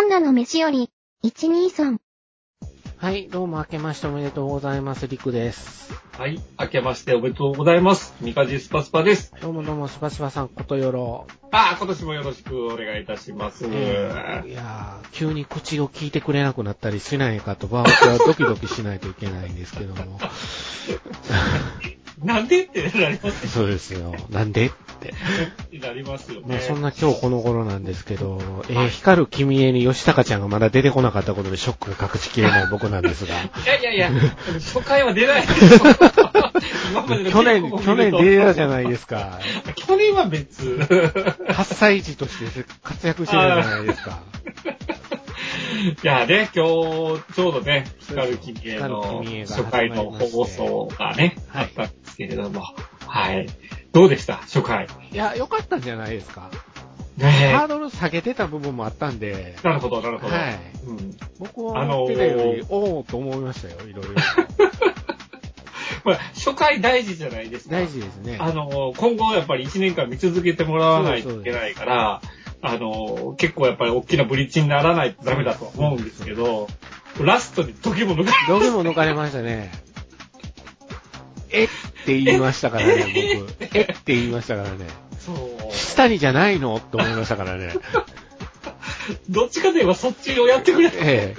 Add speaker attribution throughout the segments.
Speaker 1: ンガの飯より、123。
Speaker 2: はい、どうも明けましておめでとうございます、りくです。
Speaker 3: はい。明けましておめでとうございます。三かじスパスパです。
Speaker 2: どうもどうも、しばしばさんことよろ。
Speaker 3: ああ、今年もよろしくお願いいたします。
Speaker 2: いやー、急に口を聞いてくれなくなったりしないかと、バーチは ドキドキしないといけないんですけども。
Speaker 3: なんでってなります
Speaker 2: そうですよ。なんでって。
Speaker 3: なりますよ
Speaker 2: も
Speaker 3: ね。
Speaker 2: うそんな今日この頃なんですけど、えー、光る君へに吉高ちゃんがまだ出てこなかったことでショックが隠しきれない僕なんです が。
Speaker 3: いやいやいや、初回は 出ないでしょ。今までの
Speaker 2: 去年、去年出たじゃないですすか。
Speaker 3: か。去年は別。
Speaker 2: 8歳児として活躍してたじゃないです か。
Speaker 3: いやね、今日、ちょうどね、光る君へ
Speaker 2: 光
Speaker 3: の
Speaker 2: る君へが
Speaker 3: 初回の放送がね、
Speaker 2: は
Speaker 3: あ
Speaker 2: い
Speaker 3: ったんですけれども。はい。どうでした初回。
Speaker 2: いや、良かったんじゃないですか。
Speaker 3: ね
Speaker 2: ハードル下げてた部分もあったんで
Speaker 3: え。、なるほど、なるほど。
Speaker 2: はい
Speaker 3: うん
Speaker 2: 僕は思ってたより、おおと思いましたよ、いろ いろ。
Speaker 3: まあ、初回大事じゃないですか。
Speaker 2: 大事ですね。
Speaker 3: あの、今後やっぱり1年間見続けてもらわないといけないから、あの、結構やっぱり大きなブリッジにならないとダメだと思うんですけど、ラストに時も抜か
Speaker 2: どげも抜かれましたね。えって言いましたからね、僕。えって言いましたからね。
Speaker 3: れそう。
Speaker 2: 岸谷じゃないのって思いましたから ね。
Speaker 3: どっちかといえばそっちをやってくれ。
Speaker 2: え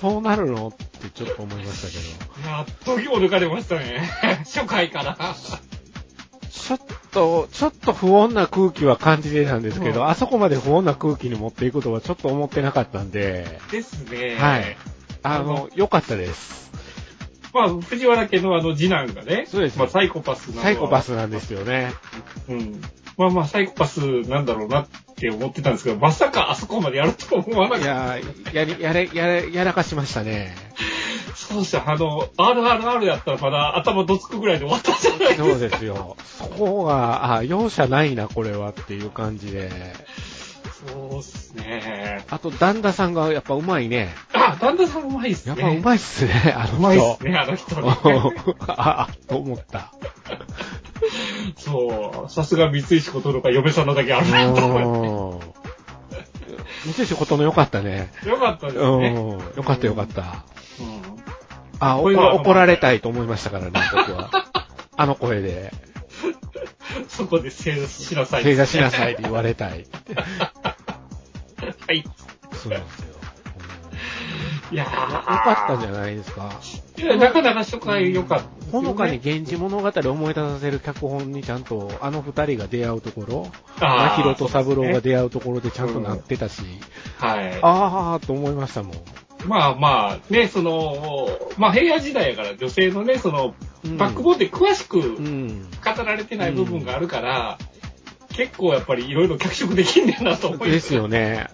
Speaker 2: そうなるのってちょっと思いましたけど。
Speaker 3: いや、時も抜かれましたね。初回から。
Speaker 2: ちょっと、ちょっと不穏な空気は感じてたんですけど、
Speaker 3: うん
Speaker 2: あそこまで不穏な空気に持っていくとはちょっと思ってなかったんで、
Speaker 3: ですね。
Speaker 2: はい。あ
Speaker 3: あ
Speaker 2: の
Speaker 3: の、
Speaker 2: 良かったです。
Speaker 3: まあ、藤原家のあの次男がね、
Speaker 2: そうです
Speaker 3: まあ、サイコパスなのは
Speaker 2: サイコパスなんですよね。
Speaker 3: うん。まあまあ、サイコパスなんだろうなって思ってたんですけど、まさかあそこまでやるとは思わなかっ
Speaker 2: い
Speaker 3: た。
Speaker 2: やー、やり、やれ、やれ、やらかしましたね。
Speaker 3: そうした、あの、RRR やったらまだ頭どつくぐらいで終わったじゃないですか。
Speaker 2: そうです よ。そこが、あ、容赦ないな、これはっていう感じで。
Speaker 3: そうっすね。
Speaker 2: あと、旦那さんがやっぱうまいね。
Speaker 3: あ、旦那さんうまいっす
Speaker 2: や
Speaker 3: ね。
Speaker 2: っぱうまいっすね、 あの人。
Speaker 3: うまいっすね、あの人ね。
Speaker 2: あ、あ、と思った。
Speaker 3: そう、さすが三石ことのか嫁さんのだけあ
Speaker 2: う
Speaker 3: るなと思っ
Speaker 2: ーん。三石ことの良かったね。
Speaker 3: て。よかった
Speaker 2: う
Speaker 3: です
Speaker 2: ん
Speaker 3: ね。。
Speaker 2: 良かった良かった。
Speaker 3: うん
Speaker 2: あ、
Speaker 3: こういうのは
Speaker 2: 怒られたいと思いましたからね、僕 は。あの声で。
Speaker 3: そこで正座しなさい。
Speaker 2: 正座しなさいって言われたい。
Speaker 3: はい。
Speaker 2: そうなんですよ。
Speaker 3: いやー。よ
Speaker 2: 良かったんじゃないですか。
Speaker 3: いや、なかなか初回良かったですよね。
Speaker 2: ほのかに源氏物語を思い出させる脚本にちゃんと、あの二人が出会うところ、
Speaker 3: あー
Speaker 2: アヒロと三郎
Speaker 3: そうです
Speaker 2: が
Speaker 3: ね
Speaker 2: 出会うところでちゃんとなってたし、
Speaker 3: はい。
Speaker 2: あーと思いましたもん。
Speaker 3: まあまあ、ね、その、まあ平安時代やから女性のね、その
Speaker 2: うん、
Speaker 3: バックボーンって詳しく
Speaker 2: う
Speaker 3: 語
Speaker 2: ん。
Speaker 3: られてない部分があるから、結構やっぱりいろいろ脚色できんねんなと思い
Speaker 2: ですよね。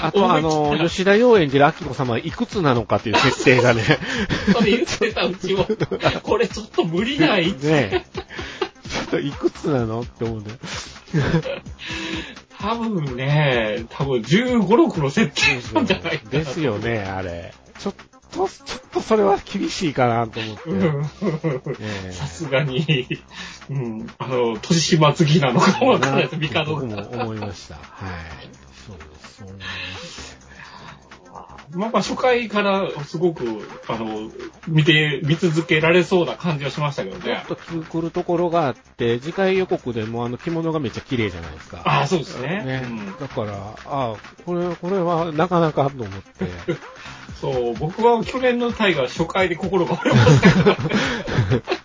Speaker 2: あと、あ
Speaker 3: 思い
Speaker 2: の、
Speaker 3: 切った
Speaker 2: 吉田洋演じる明子様はいくつなのかっていう設定がね。
Speaker 3: それ言ってたう ちも、これちょっと無理ない。
Speaker 2: ねえちょっといくつなのって思うんだよ。
Speaker 3: 多分ね、多分15、6の設定なんじゃないかな。
Speaker 2: ですよね、あれ。ちょっと、ちょっとそれは厳しいかなと思って。
Speaker 3: うん。
Speaker 2: え
Speaker 3: さすがに、うん、あの、年島次なのかもわからないです、帝
Speaker 2: 僕も
Speaker 3: が。
Speaker 2: 思いました。はい。そうそう思います。
Speaker 3: まあまあ初回からすごく、あの、見て、見続けられそうな感じはしましたけど
Speaker 2: ちょ
Speaker 3: ね
Speaker 2: っ。と気くるところがあって、次回予告でもあの着物がめっちゃ綺麗じゃないですか。
Speaker 3: ああ、そうですね。
Speaker 2: ね
Speaker 3: うん。
Speaker 2: だから、ああ、これ、これはなかなかと思って。
Speaker 3: そう、僕は去年の大河初回で心が折れましたから。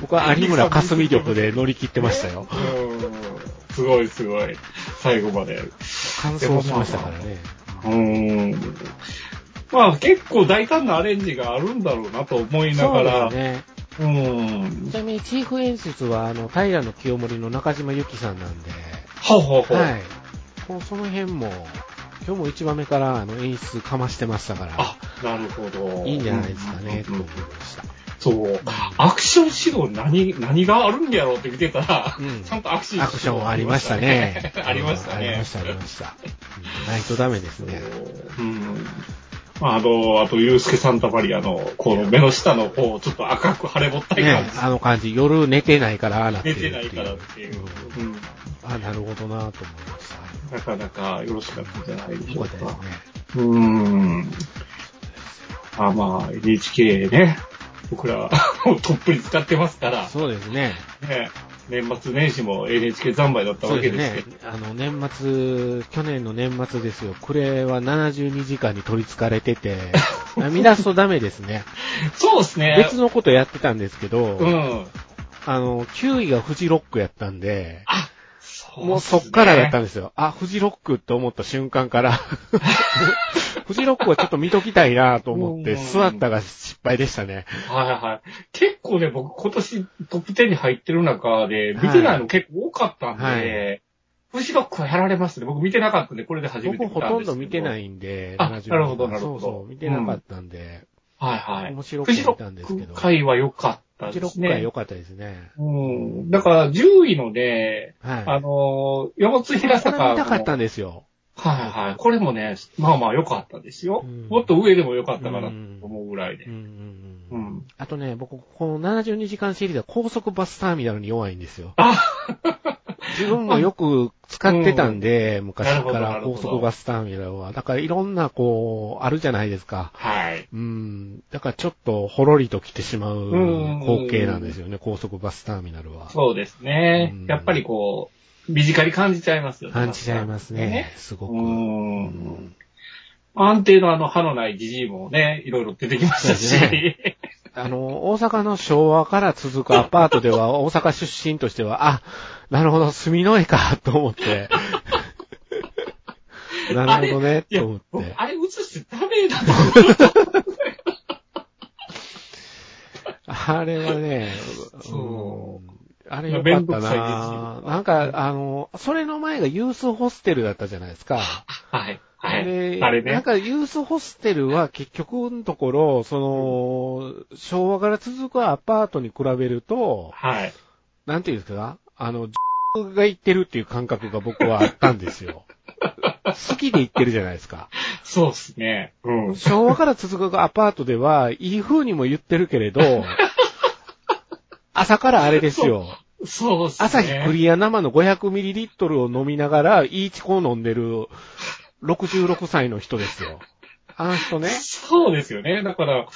Speaker 2: 僕は有村架純力で乗り切ってましたよ。
Speaker 3: うん。すごいすごい。最後まで。
Speaker 2: 完走しましたからね。
Speaker 3: うん。まあ結構大胆なアレンジがあるんだろうなと思いなが
Speaker 2: そ
Speaker 3: ら。
Speaker 2: うですね。
Speaker 3: うん
Speaker 2: ち。なみにチーフ演出は、あの、平の清盛の中島由紀さんなんで、
Speaker 3: ほうほうほう。
Speaker 2: はい。こうその辺も、今日も一番目からあの演出かましてましたから
Speaker 3: あ、、なるほど。
Speaker 2: いいんじゃないですかね、と
Speaker 3: うん
Speaker 2: 思い
Speaker 3: うんうん
Speaker 2: ました。
Speaker 3: そう。アクション指導何、何があるんやろうって見てたら、
Speaker 2: うん
Speaker 3: ちゃんとアクション
Speaker 2: アクションありましたね
Speaker 3: 。ありましたね。
Speaker 2: ありました、ありました。うんないとダメですね。
Speaker 3: うん。まあ、あの、あと、ユースケ・サンタマリアの、この目の下の方、ちょっと赤く腫れぼったい
Speaker 2: ね
Speaker 3: 感じ。
Speaker 2: あの感じ、夜寝てないからああなって
Speaker 3: 出
Speaker 2: るっ
Speaker 3: てな
Speaker 2: てい。
Speaker 3: いうからっていう。
Speaker 2: うん
Speaker 3: うん
Speaker 2: あ、なるほどなと思いました。
Speaker 3: なかなかよろしかったんじゃないでし
Speaker 2: よ
Speaker 3: ょ
Speaker 2: か
Speaker 3: う
Speaker 2: ったです
Speaker 3: か。
Speaker 2: ね。
Speaker 3: うーん。あまあ、NHK ね、僕ら もうとっぷり使ってますから、
Speaker 2: そうですね。
Speaker 3: ね、年末年始も NHK 三昧だった
Speaker 2: そ
Speaker 3: わ
Speaker 2: うで
Speaker 3: け
Speaker 2: す
Speaker 3: ですけ
Speaker 2: ね
Speaker 3: ど、。
Speaker 2: あの、年末、去年の年末ですよ。これは72時間に取り憑かれて て、見出すとダメですね。
Speaker 3: そうですね。
Speaker 2: 別のことやってたんですけど、
Speaker 3: うん。
Speaker 2: あの、9位がフジロックやったんで、
Speaker 3: あ、そ
Speaker 2: もうそっからだったん
Speaker 3: で
Speaker 2: ですよ。あ、フジロックって思った瞬間 から、フジロックはちょっと見ときたいなと思って、
Speaker 3: うん
Speaker 2: 座ったが失敗でしたね。
Speaker 3: すね。はいはい。結構ね、僕今年トップ10に入ってる中で、見てないの結構多かったんで、
Speaker 2: はい
Speaker 3: フジロックはやられますね。僕見てなかったんで、これで初めて
Speaker 2: 僕
Speaker 3: 見たん
Speaker 2: ほ
Speaker 3: ですけど。。
Speaker 2: とんど見てないいんで、
Speaker 3: あ
Speaker 2: 70
Speaker 3: なるほどなる
Speaker 2: そ
Speaker 3: ほ
Speaker 2: う
Speaker 3: ど
Speaker 2: そう、見てなかったんで、
Speaker 3: はいはい。
Speaker 2: 面白く
Speaker 3: フジロ
Speaker 2: 見たんですけ
Speaker 3: ック
Speaker 2: ど、
Speaker 3: 回は良かった
Speaker 2: フジ
Speaker 3: で
Speaker 2: ロッ
Speaker 3: す
Speaker 2: クは
Speaker 3: ね
Speaker 2: 良。かったですね。
Speaker 3: うん。だから10位のね、
Speaker 2: はい。
Speaker 3: あのー、山津平
Speaker 2: これ
Speaker 3: 坂
Speaker 2: 見たかった
Speaker 3: の。
Speaker 2: んですよ。
Speaker 3: はいはい。これもね、まあまあ良かったですよ。
Speaker 2: うん
Speaker 3: もっと上でも良かったかなと思うぐらいで
Speaker 2: うん。うんう
Speaker 3: うんん。
Speaker 2: あとね、僕、この72時間シリーズは高速バスターミナルに弱いんですよ。
Speaker 3: あ、
Speaker 2: 自分もよく使ってたんで、昔か
Speaker 3: な
Speaker 2: ら
Speaker 3: るほど
Speaker 2: 高速バスターミナルは。だからいろんな、こう、あるじゃないですか。
Speaker 3: はい。
Speaker 2: うん。だからちょっとほろりと来てしまう
Speaker 3: うん
Speaker 2: 光景なんですよね、高速バスターミナルは。
Speaker 3: そうですね
Speaker 2: うん。
Speaker 3: やっぱりこう、身近に感じちゃいますよね。
Speaker 2: 感じちゃいますね、すご
Speaker 3: う
Speaker 2: く。
Speaker 3: ん
Speaker 2: うん
Speaker 3: 安定のあの歯のないじじいもね、いろいろ出てきまし
Speaker 2: そ
Speaker 3: た
Speaker 2: う
Speaker 3: し。
Speaker 2: ですあの、大阪の昭和から続くアパートでは、 大阪出身としては、あ、なるほど、住の絵か、と思って。 なるほどね、
Speaker 3: いや
Speaker 2: と思っ、
Speaker 3: 僕
Speaker 2: て。
Speaker 3: あれ映しちゃダメ だと
Speaker 2: あれはね、
Speaker 3: そ
Speaker 2: うんあれよかったななんか、あの、それの前がユースホステルだったじゃないですか。
Speaker 3: はい。はい。
Speaker 2: で
Speaker 3: あれ
Speaker 2: なん
Speaker 3: ね。
Speaker 2: かユースホステルは結局のところ、その、昭和から続くアパートに比べると、
Speaker 3: はい。
Speaker 2: なんていうんですかあの、が言ってるっていう感覚が僕はあったんです よ。好きで言ってるじゃないですか。
Speaker 3: そうですね。うん。
Speaker 2: 昭和から続くアパートでは、いい風にも言ってるけ れど、朝からあれですよ。
Speaker 3: そうですね。
Speaker 2: 朝日クリア生の 500ml を飲みながら、いいチコを飲んでる66歳の人ですよ。あの人ね。
Speaker 3: そうですよね。だから、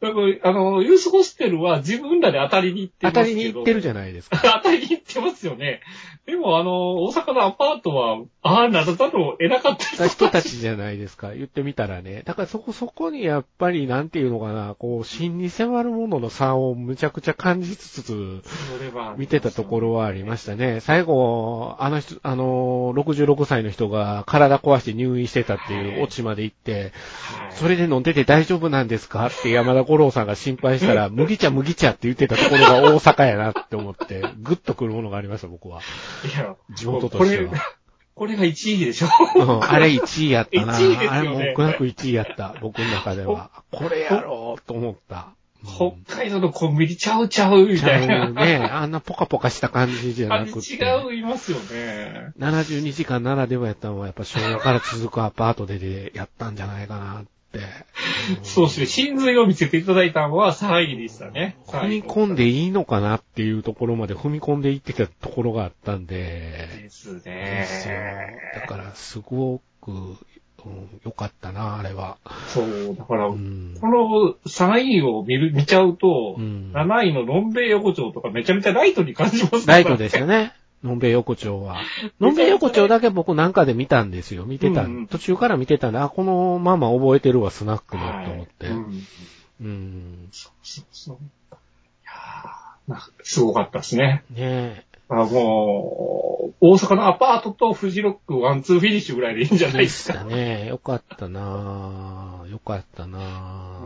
Speaker 3: だからあの、ユースホステルは自分らで当たりに行って
Speaker 2: 当
Speaker 3: ます
Speaker 2: た
Speaker 3: けど。
Speaker 2: りに行ってるじゃないですか。
Speaker 3: 当たりに行ってますよね。でも、あの、大阪のアパートは、ああ、ならざるを得なかったり
Speaker 2: 人たちじゃないですか。言ってみたらね。だからそこ、そこにやっぱり、なんていうのかな、こう、真に迫るものの差をむちゃくちゃ感じつつ、
Speaker 3: それは
Speaker 2: 見てたところはありま
Speaker 3: し
Speaker 2: したね。最後、あの人、あの、66歳の人が体壊して入院してたっていうオチまで行って、
Speaker 3: た
Speaker 2: それで飲んでて大丈夫なんですかって山田五郎さんが心配したら、麦茶麦茶って言ってたところが大阪やなって思って、ぐっとくるものがありました、僕は。
Speaker 3: いや、
Speaker 2: 地元としては
Speaker 3: これ、これが1位でしょ。
Speaker 2: うん、あれ1位やったな。
Speaker 3: 1位ですよね
Speaker 2: あれ文句なく1位やった。僕の中では。これやろうと思った。
Speaker 3: 北海道のコンビニちゃうちゃうみ
Speaker 2: ち
Speaker 3: た
Speaker 2: ゃ
Speaker 3: いな。
Speaker 2: うね。あんなポカポカした感じじゃな
Speaker 3: 味
Speaker 2: く
Speaker 3: 違
Speaker 2: て。
Speaker 3: ういますよね。
Speaker 2: 72時間ならではやったのは、やっぱ昭和から続くアパートででやったんじゃないかなって。
Speaker 3: そうですね。真髄を見せていただいたのは3位でしたね。
Speaker 2: 踏み
Speaker 3: ん
Speaker 2: 込んでいいのかなっていうところまで踏み込んでいってたところがあったんで。
Speaker 3: です
Speaker 2: ですよ
Speaker 3: ね。。
Speaker 2: だから、すごく、うん良かったな、あれは。
Speaker 3: そう、だから、
Speaker 2: うん。
Speaker 3: この3位を見る、見ちゃうと、
Speaker 2: うん
Speaker 3: 7位ののんべい横丁とかめちゃめちゃライトに感じますから
Speaker 2: ライトでしたね。のんべい横丁は。のんべい横丁だけ僕なんかで見たんですよ。見てた。
Speaker 3: うんうん
Speaker 2: 途中から見てたんで、あ、このまま覚えてるわ、スナック
Speaker 3: は
Speaker 2: も
Speaker 3: い
Speaker 2: と思って。
Speaker 3: うん
Speaker 2: うん。
Speaker 3: そうそう。いやーなんかすごかったですね。
Speaker 2: ね
Speaker 3: あもう、大阪のアパートとフジロックワンツーフィニッシュぐらいでいいんじゃ
Speaker 2: え。
Speaker 3: ないで
Speaker 2: ですし
Speaker 3: か。
Speaker 2: たね。よかったなぁ。よかったな
Speaker 3: う
Speaker 2: ぁ。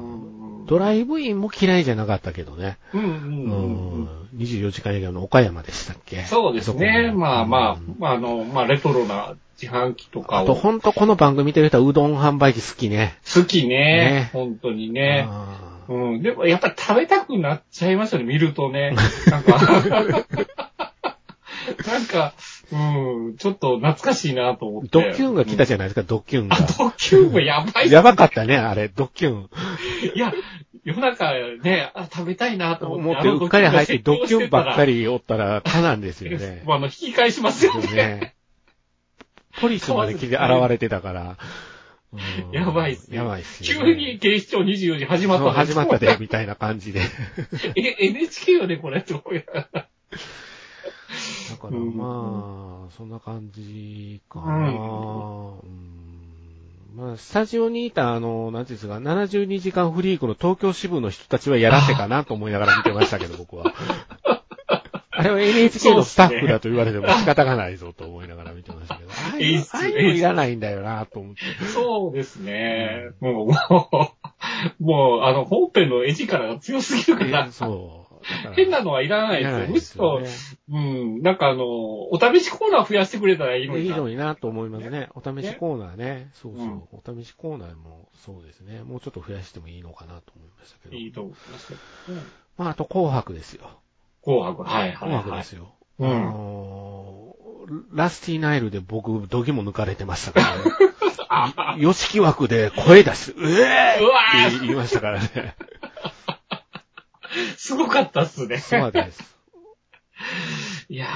Speaker 3: ん
Speaker 2: ドライブインも嫌いじゃなかったけどね。
Speaker 3: うんう
Speaker 2: うん
Speaker 3: うんうん。
Speaker 2: ん。24時間営業の岡山でしたっけ
Speaker 3: そうですね。
Speaker 2: そこ
Speaker 3: まあま
Speaker 2: うん
Speaker 3: あ、あの、まあ、レトロな自販機とか
Speaker 2: あと、
Speaker 3: を。
Speaker 2: ほんとこの番組見てる人はうどん販売機好きね。
Speaker 3: 好きね
Speaker 2: ね。
Speaker 3: 本当にね。
Speaker 2: あー
Speaker 3: うん。でも、やっぱり食べたくなっちゃいますよね、見ると ね。なんか、 なんか、うん、ちょっと懐かしいなと思って。
Speaker 2: ドッキュンが来た
Speaker 3: うん
Speaker 2: じゃないですか、ドッキュンが
Speaker 3: あ、。ドッキュンもやばい。
Speaker 2: やばかったね、あれ、ドッキュン。
Speaker 3: いや、夜中ね、あ、食べたいなと思って。
Speaker 2: 思って、うっかり入ってドッキュンばっか
Speaker 3: り。
Speaker 2: りおったら、たなんですよね。
Speaker 3: もうあの、引き返しますよ
Speaker 2: でも
Speaker 3: ね。
Speaker 2: ね。ポリスまで来て現れてたから。うん
Speaker 3: やばいっすね
Speaker 2: やばいっすよね
Speaker 3: 急に警視庁24時始まっ
Speaker 2: そ
Speaker 3: た
Speaker 2: う
Speaker 3: の
Speaker 2: 始まったで、。みたいな感じで。
Speaker 3: え、NHK よね、これ、 と思いながら
Speaker 2: だから
Speaker 3: うん
Speaker 2: まあ、そんな感じかな。
Speaker 3: うん
Speaker 2: うんまあ、スタジオにいた、あの、なんていうんですか、72時間フリークの東京支部の人たちはやらせかなと思いながら見てましたけど、僕 は。あれは NHK のスタッフだと言われても仕方がないぞと思いながら見てましたけど。ああい
Speaker 3: 演
Speaker 2: う
Speaker 3: 出
Speaker 2: ああいうのいらないんだよなと思って。
Speaker 3: そうですね。もう、もう、もう、あの、本編の絵力が強すぎるから、
Speaker 2: そう。だから
Speaker 3: 変なのはいらない
Speaker 2: いら
Speaker 3: で
Speaker 2: ないですす
Speaker 3: よ。
Speaker 2: よ
Speaker 3: む
Speaker 2: ね
Speaker 3: しろ、うん、なんかあの、お試しコーナー増やしてくれたらいいの
Speaker 2: い
Speaker 3: に
Speaker 2: い
Speaker 3: な。
Speaker 2: のになと思いますね。お試しコーナーね。そうそうう。お試しコーナーもそうですね。もうちょっと増やしてもいいのかなと思いましたけど。
Speaker 3: いいと思いますよ。うん
Speaker 2: まあ、あと紅白ですよ。
Speaker 3: 紅白、はい、はい、
Speaker 2: 紅白
Speaker 3: は
Speaker 2: で
Speaker 3: い。
Speaker 2: すよ。
Speaker 3: うん
Speaker 2: あのーラスティナイルで僕、度肝抜かれてましたからね。
Speaker 3: あ
Speaker 2: ヨシキ枠で声出して、うえ
Speaker 3: うわ
Speaker 2: ーって
Speaker 3: ー
Speaker 2: 言いましたから ね。
Speaker 3: すごかったっすね。
Speaker 2: そうです。
Speaker 3: いやー、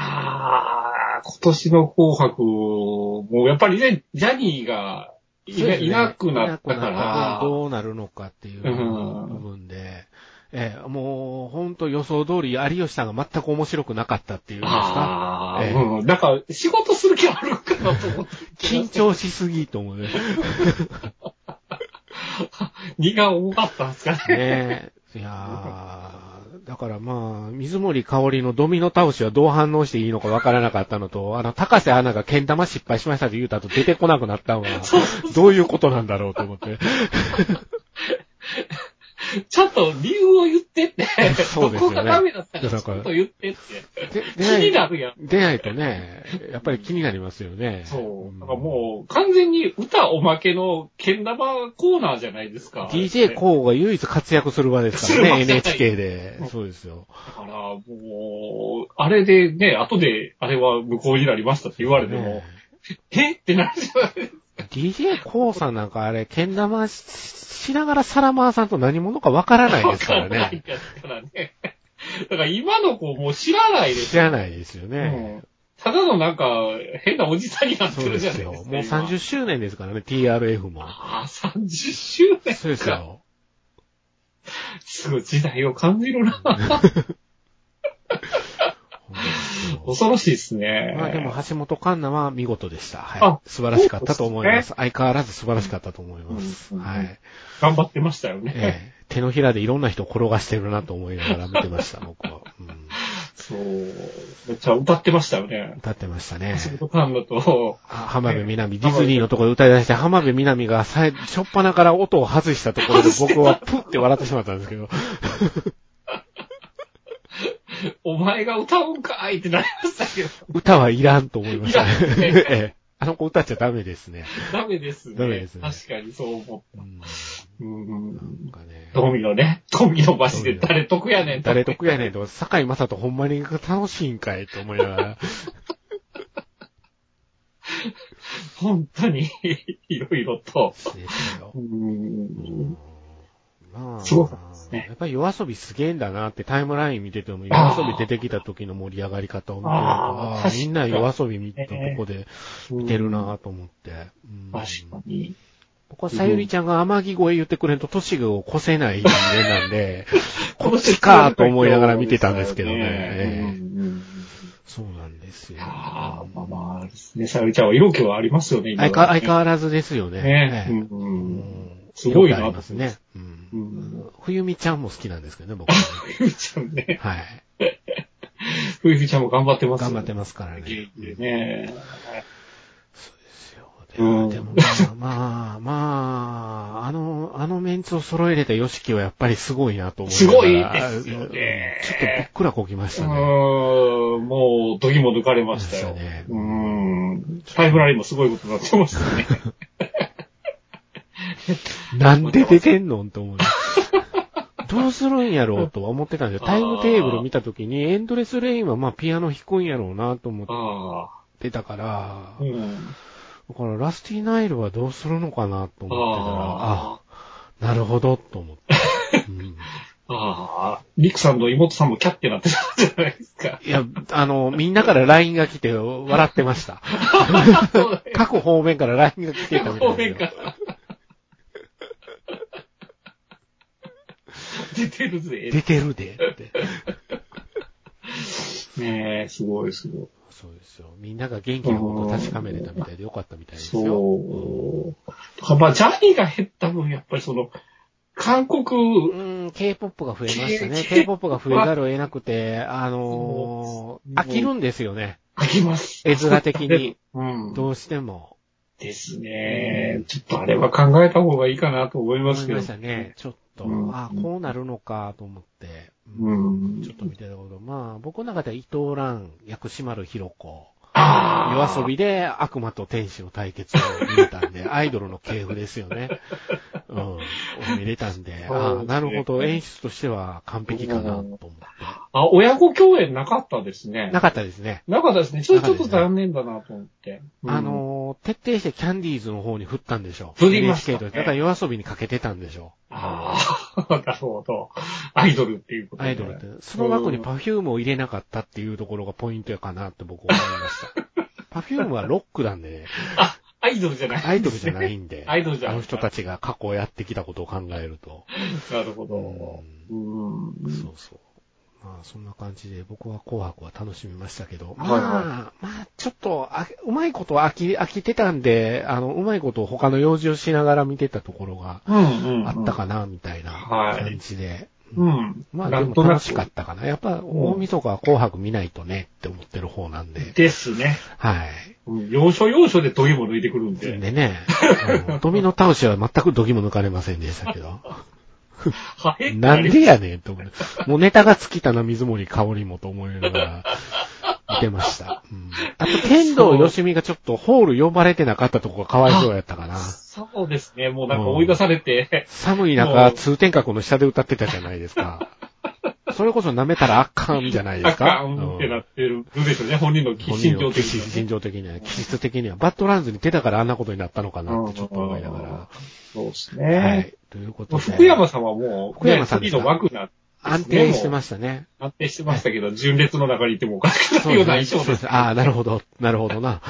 Speaker 3: 今年の紅白、もうやっぱりね、ジャニーがいな,、いなくなったか
Speaker 2: いなくなった
Speaker 3: ら、
Speaker 2: 分どうなるのかっていう部分で、ええもう、ほんと予想通り有吉さんが全く面白くなかったっていうんですか。
Speaker 3: ああ、
Speaker 2: ええ
Speaker 3: うん。なんか、仕事する気あるんかなと思って。
Speaker 2: 緊張しすぎと思うね。
Speaker 3: 荷が重かったんですかね。
Speaker 2: ねえ。いやーだからまあ、水森香りのドミノ倒しはどう反応していいのかわからなかったのと、あの、高瀬アナが剣玉失敗しましたって言うた後出てこなくなったのは、どういうことなんだろうと思って。
Speaker 3: ちょっと理由を言ってって。
Speaker 2: そうですよね
Speaker 3: ここがダメだった
Speaker 2: い
Speaker 3: か
Speaker 2: や
Speaker 3: ら、
Speaker 2: だ
Speaker 3: ち
Speaker 2: か
Speaker 3: ょ
Speaker 2: ら
Speaker 3: っと言ってって。
Speaker 2: で
Speaker 3: 気になるやん。
Speaker 2: 出ないとね、やっぱり気になりますよね。
Speaker 3: そう。だからもう、完全に歌おまけのけん玉コーナーじゃないですか。
Speaker 2: DJ
Speaker 3: だ
Speaker 2: コーが唯一活躍する場ですからね、
Speaker 3: する場じゃない
Speaker 2: NHK で。そうですよ。
Speaker 3: から、もう、あれでね、後で、あれは無効になりましたって言われても
Speaker 2: ね、
Speaker 3: えってなるじゃないですか。
Speaker 2: DJ コーさんなんかあれ、剣玉ししながらサラマーさんと何者かわからないですから
Speaker 3: わかんない
Speaker 2: ね。
Speaker 3: ですからね。だから今の子もう知らないです
Speaker 2: 知らないですよね。
Speaker 3: うんただのなんか、変なおじさんになっ
Speaker 2: そ
Speaker 3: て
Speaker 2: うで
Speaker 3: るじゃな
Speaker 2: す
Speaker 3: い
Speaker 2: よ。
Speaker 3: で
Speaker 2: もう
Speaker 3: すか。今
Speaker 2: 30周年ですからね、TRF も。
Speaker 3: ああ、30周年か。
Speaker 2: そうです よ。
Speaker 3: すごい時代を感じるな。 恐ろしいですね。
Speaker 2: まあでも、橋本環奈は見事でした。
Speaker 3: あ
Speaker 2: はい。素晴らしかったと思います。相変わらず素晴らしかったと思います。
Speaker 3: うん
Speaker 2: はい。
Speaker 3: 頑張ってましたよ
Speaker 2: え
Speaker 3: ね。
Speaker 2: え手のひらでいろんな人を転がしてるなと思いながら見てました、僕は。うん
Speaker 3: そう。めっちゃ歌ってましたよね。
Speaker 2: 歌ってましたね。
Speaker 3: 橋本環奈と、
Speaker 2: あ浜辺美波、ディズニーのところで歌い出して、浜辺美波がさえ、しょっぱなから音を外したところで僕はプッて笑ってしまったんですけど。
Speaker 3: お前が歌うんかいってなりましたけど、
Speaker 2: 歌はいらんと思いましたね
Speaker 3: いらん。ね
Speaker 2: ええあの子歌っちゃダメですね。
Speaker 3: ダメですね。
Speaker 2: ダメですね
Speaker 3: 確かにそう思
Speaker 2: う
Speaker 3: っ
Speaker 2: ん
Speaker 3: た。うんうん
Speaker 2: なんかね。
Speaker 3: ドミノね。ドミノ橋で誰得やねん。
Speaker 2: 誰得やねんと、坂井正人ほんまに楽しいんかいと思いながら。
Speaker 3: 本当に、いろいろと。
Speaker 2: ですよ
Speaker 3: うん。
Speaker 2: まあ、
Speaker 3: すごかったですね
Speaker 2: やっぱり夜遊びすげえんだなってタイムライン見てても、夜遊び出てきた時の盛り上がり方を見て、
Speaker 3: あー
Speaker 2: あ
Speaker 3: 確
Speaker 2: あ
Speaker 3: かに
Speaker 2: みんな夜遊び見たとこで見てるなと思って。うん
Speaker 3: 確かに。
Speaker 2: 僕はさゆりちゃんが天城越え言ってくれんと年を越せない人間なんで、 こっちかと思いながら見てたんですけどね。ええ
Speaker 3: うんうんうん
Speaker 2: そうなんですよ。
Speaker 3: ああ、まあまあ、あれですね。さゆりちゃんは色気はありますよね、今
Speaker 2: 相
Speaker 3: は
Speaker 2: 変わ相変わらずですよね。
Speaker 3: ね
Speaker 2: ええ
Speaker 3: うんうん。す
Speaker 2: す
Speaker 3: ご
Speaker 2: ご
Speaker 3: い
Speaker 2: い
Speaker 3: な
Speaker 2: ありますね。う。
Speaker 3: うんん。
Speaker 2: 冬美ちゃんも好きなんですけどね、僕はね。
Speaker 3: ふゆちゃん ね。
Speaker 2: はい。
Speaker 3: ふゆちゃんも頑張ってます。
Speaker 2: 頑張って
Speaker 3: ま
Speaker 2: ますからね。
Speaker 3: 元気でね。
Speaker 2: で
Speaker 3: うん
Speaker 2: でもまあ、まあ、まあ、あの、あのメンツを揃えれた YOSHIKI はやっぱりすごいなと思いながら
Speaker 3: すごいですよね
Speaker 2: うんちょっとびっくらこきまし
Speaker 3: う
Speaker 2: たね。
Speaker 3: ーん、もう、時も抜かれました
Speaker 2: そう
Speaker 3: よ。
Speaker 2: ですよね
Speaker 3: うーん。タイムラインもすごいことになってました ね。
Speaker 2: なんで出てんのと思う。どうするんやろうとは思ってたんですよ。タイムテーブル見たときに、エンドレスレインはまあピアノ弾くんやろうなと思っ
Speaker 3: あ
Speaker 2: てたから
Speaker 3: あ。、うん。
Speaker 2: だからラスティナイルはどうするのかなと思ってたら、あ
Speaker 3: ああ。
Speaker 2: なるほど、と思って。うん
Speaker 3: ああ、リクさんの妹さんもキャッてなってたじゃないで すか。
Speaker 2: いや、あの、みんなから LINE が来て笑ってました。 各方面から LINE が来てたみたいな。
Speaker 3: 方面から。出てるぜ。
Speaker 2: 出てるで、って。
Speaker 3: ねえ、すごいすごい。
Speaker 2: そうですよ。みんなが元気のことを確かめれたみたいでよかったみたいですよ。
Speaker 3: そう。だからまあ、ジャニーが減った分、やっぱりその、韓
Speaker 2: う
Speaker 3: 国、
Speaker 2: ーん、K-POP が増えましたね。
Speaker 3: K-
Speaker 2: K-POP が増えざるを得なくて、あのー飽きるんですよね。
Speaker 3: あきます。
Speaker 2: 絵面的 に。
Speaker 3: うん。
Speaker 2: どうしても。
Speaker 3: ですね。ちょっとあれは考えた方がいいかなと思いま
Speaker 2: 思
Speaker 3: す
Speaker 2: い
Speaker 3: けど。
Speaker 2: ましたね。ちょっと、
Speaker 3: うん
Speaker 2: あこうなるのかと思って。
Speaker 3: うん
Speaker 2: ちょっと見てたこと。まあ、僕の中では伊藤蘭、薬師丸ひろ子。夜
Speaker 3: ああ。
Speaker 2: 遊びで悪魔と天使の対決を見れたん で、アイドルの系譜ですよね。うん。を見れたんで、ああ、なるほど、演出としては完璧かなと思っ
Speaker 3: あ、親子共演なかったですね
Speaker 2: て。。なかったですね。
Speaker 3: なかったですね。それ
Speaker 2: な
Speaker 3: ち
Speaker 2: か
Speaker 3: ょ
Speaker 2: っ
Speaker 3: っ
Speaker 2: です
Speaker 3: たと
Speaker 2: ね
Speaker 3: 残念だなと思って。うん
Speaker 2: あ、のー、徹底してキャンディーズの方に振ったんでしょう。
Speaker 3: 振りましたね
Speaker 2: NHK とだから夜遊びにかけてたんでしょ
Speaker 3: ああ、 なるほど。アイドルっていう
Speaker 2: う。
Speaker 3: ことで
Speaker 2: アイドルって。その枠にパフュームを入れなかったっていうところがポイントやかなって僕思いま した。パフュームはロックなんでね、
Speaker 3: あ、アイドルじゃない。。、
Speaker 2: アイドルじゃないいんで
Speaker 3: アイドルじゃ
Speaker 2: あ
Speaker 3: ない
Speaker 2: の人たちが過去やってきたことを考えると。
Speaker 3: なるほど。うん。
Speaker 2: そうそう。まあ、そんな感じで、僕は紅白は楽しみましたけど、ま
Speaker 3: は
Speaker 2: あ
Speaker 3: い、はい
Speaker 2: まあ、ちょっとあ、うまいこと飽き、飽きてたんで、あの、うまいことを他の用事をしながら見てたところが
Speaker 3: うんうん、うん。
Speaker 2: あった。かな、みたいな
Speaker 3: はい
Speaker 2: 感じで。
Speaker 3: うん。
Speaker 2: まあ、
Speaker 3: な
Speaker 2: で
Speaker 3: ん
Speaker 2: も
Speaker 3: とな
Speaker 2: 楽
Speaker 3: く
Speaker 2: しかったかな。やっぱ、大晦日は紅白見ないとねって思ってる方なんで、
Speaker 3: ですね。
Speaker 2: はい。
Speaker 3: うん要所要所でどぎも抜いてくるんで。
Speaker 2: でね、あのドミノ倒しは全くどぎも抜かれませんでしたけ ど。
Speaker 3: はい。
Speaker 2: なんでやねんと思う。もうネタが尽きたな、水森香りもと思いながら、見てました。うん、あと、剣道よしみがちょっとホール呼ばれてなかったとこがかわいそうやったかな。
Speaker 3: そうですね。もうなんか追い出されて、
Speaker 2: 寒い
Speaker 3: も
Speaker 2: 中、
Speaker 3: う
Speaker 2: 通天閣の下で歌ってたじゃないですか。それこそ舐めたらあかんじゃないで
Speaker 3: あ
Speaker 2: すか。
Speaker 3: かんってな
Speaker 2: う
Speaker 3: っ
Speaker 2: ん
Speaker 3: てるでしょうね。本人の
Speaker 2: 本人
Speaker 3: 心
Speaker 2: の
Speaker 3: 情
Speaker 2: 気
Speaker 3: 的に。
Speaker 2: 心情的には、気質的には、バッドランズに出たからあんなことになったのかなってちょっと思いながら。
Speaker 3: そうです
Speaker 2: は
Speaker 3: ね。
Speaker 2: い。ということ
Speaker 3: もう
Speaker 2: で。
Speaker 3: 福山さんはもう、
Speaker 2: 福山さんで
Speaker 3: ね
Speaker 2: すか
Speaker 3: 次の枠な、
Speaker 2: 安定してましたね。
Speaker 3: 安定してましたけど、純烈の中にいてもおかしく
Speaker 2: そ
Speaker 3: な
Speaker 2: う
Speaker 3: いよ
Speaker 2: で
Speaker 3: う
Speaker 2: す
Speaker 3: な
Speaker 2: ね。そ
Speaker 3: 衣装
Speaker 2: う
Speaker 3: で。
Speaker 2: ですすああ、なるほど。なるほどな。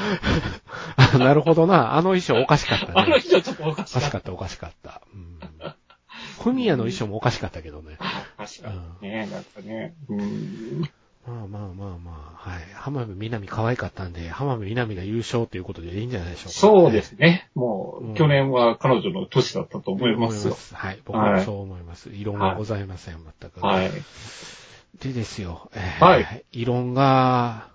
Speaker 2: あなるほどな。あの衣装おかしかったね。
Speaker 3: あの衣
Speaker 2: お
Speaker 3: 装ちょっとおかし
Speaker 2: かし
Speaker 3: かっ
Speaker 2: かった、おかしかった。うん。フミヤの衣装もおかしかったけどね。
Speaker 3: た。おかしかったね。なんかね。うん。
Speaker 2: まあまあまあまあ、はい。浜辺美波可愛かったんで、浜辺美波が優勝ということでいいんじゃないでしょうか。
Speaker 3: そうですね。も
Speaker 2: うん
Speaker 3: う、去年は彼女の年だったと思いますよ。
Speaker 2: はい。僕もそう思います。異論はございません、全く。
Speaker 3: はい。
Speaker 2: でですよ。えー
Speaker 3: はい。
Speaker 2: 異論が、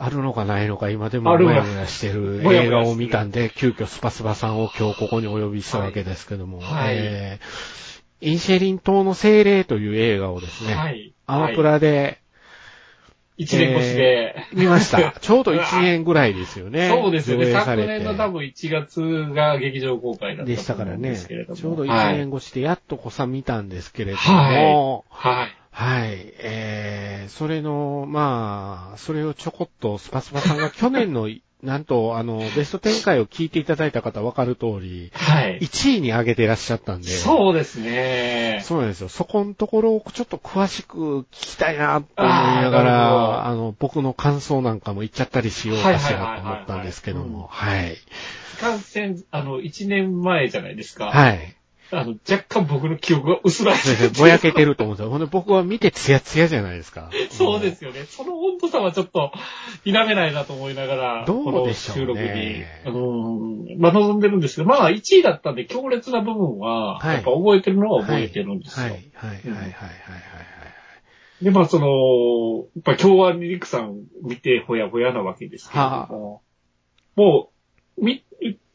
Speaker 2: あるのかないのか、今でも
Speaker 3: ある
Speaker 2: も
Speaker 3: わ
Speaker 2: やもやしてる
Speaker 3: もやもやしてる
Speaker 2: 映画を見たんで、急遽スパスパさんを今日ここにお呼びしたわけですけども、
Speaker 3: はい
Speaker 2: えーインシェリン島の精霊という映画をですね、
Speaker 3: はい。
Speaker 2: アマプ
Speaker 3: は
Speaker 2: ラで
Speaker 3: い。一年越しで。
Speaker 2: 見ま した。ちょうど1年ぐらいですよね。
Speaker 3: そうですよね。
Speaker 2: 上映さ
Speaker 3: 昨
Speaker 2: れ
Speaker 3: 年の多
Speaker 2: て。
Speaker 3: 分1月が劇場公開だった
Speaker 2: で
Speaker 3: と
Speaker 2: したか
Speaker 3: 思
Speaker 2: ら
Speaker 3: うん
Speaker 2: ね、
Speaker 3: で
Speaker 2: ち
Speaker 3: すけれども。
Speaker 2: ょうど
Speaker 3: は
Speaker 2: 1
Speaker 3: い
Speaker 2: 年越しでやっとこさ見たんですけれども、
Speaker 3: はいはい。
Speaker 2: はい。えー、それの、まあ、それをちょこっとスパスパさんが去年の、なんと、 あの、ベスト展開を聞いていただいた方わかる通り、
Speaker 3: はい。
Speaker 2: 1位に上げていらっしゃったんで、う。
Speaker 3: そうですね。
Speaker 2: そうなんですよ。そこのところをちょっと詳しく聞きたいなと思いながら、
Speaker 3: あーなるほど
Speaker 2: あの、僕の感想なんかも言っちゃったりしようかしらと思ったんですけども、はい。
Speaker 3: 感染、あの、1年前じゃないですか。
Speaker 2: はい。
Speaker 3: あの、若干僕の記憶が薄らい
Speaker 2: そうですねぼやけてると思うんですよ。ほんで僕は見てツヤツヤじゃないですか。
Speaker 3: そうですよね。その温度差はちょっと否めないなと思いながら、
Speaker 2: どうでしょうね
Speaker 3: この収録に、うん、まあ望んでるんですけど、まあ1位だったんで強烈な部分は、
Speaker 2: はい
Speaker 3: やっぱ覚えてるのは覚えてるんです
Speaker 2: は
Speaker 3: よ。
Speaker 2: い、はい、はい、はい、はい、はい。
Speaker 3: で、まあその、やっぱ今日はリクさん見てほやほやなわけですけれども、もう、み、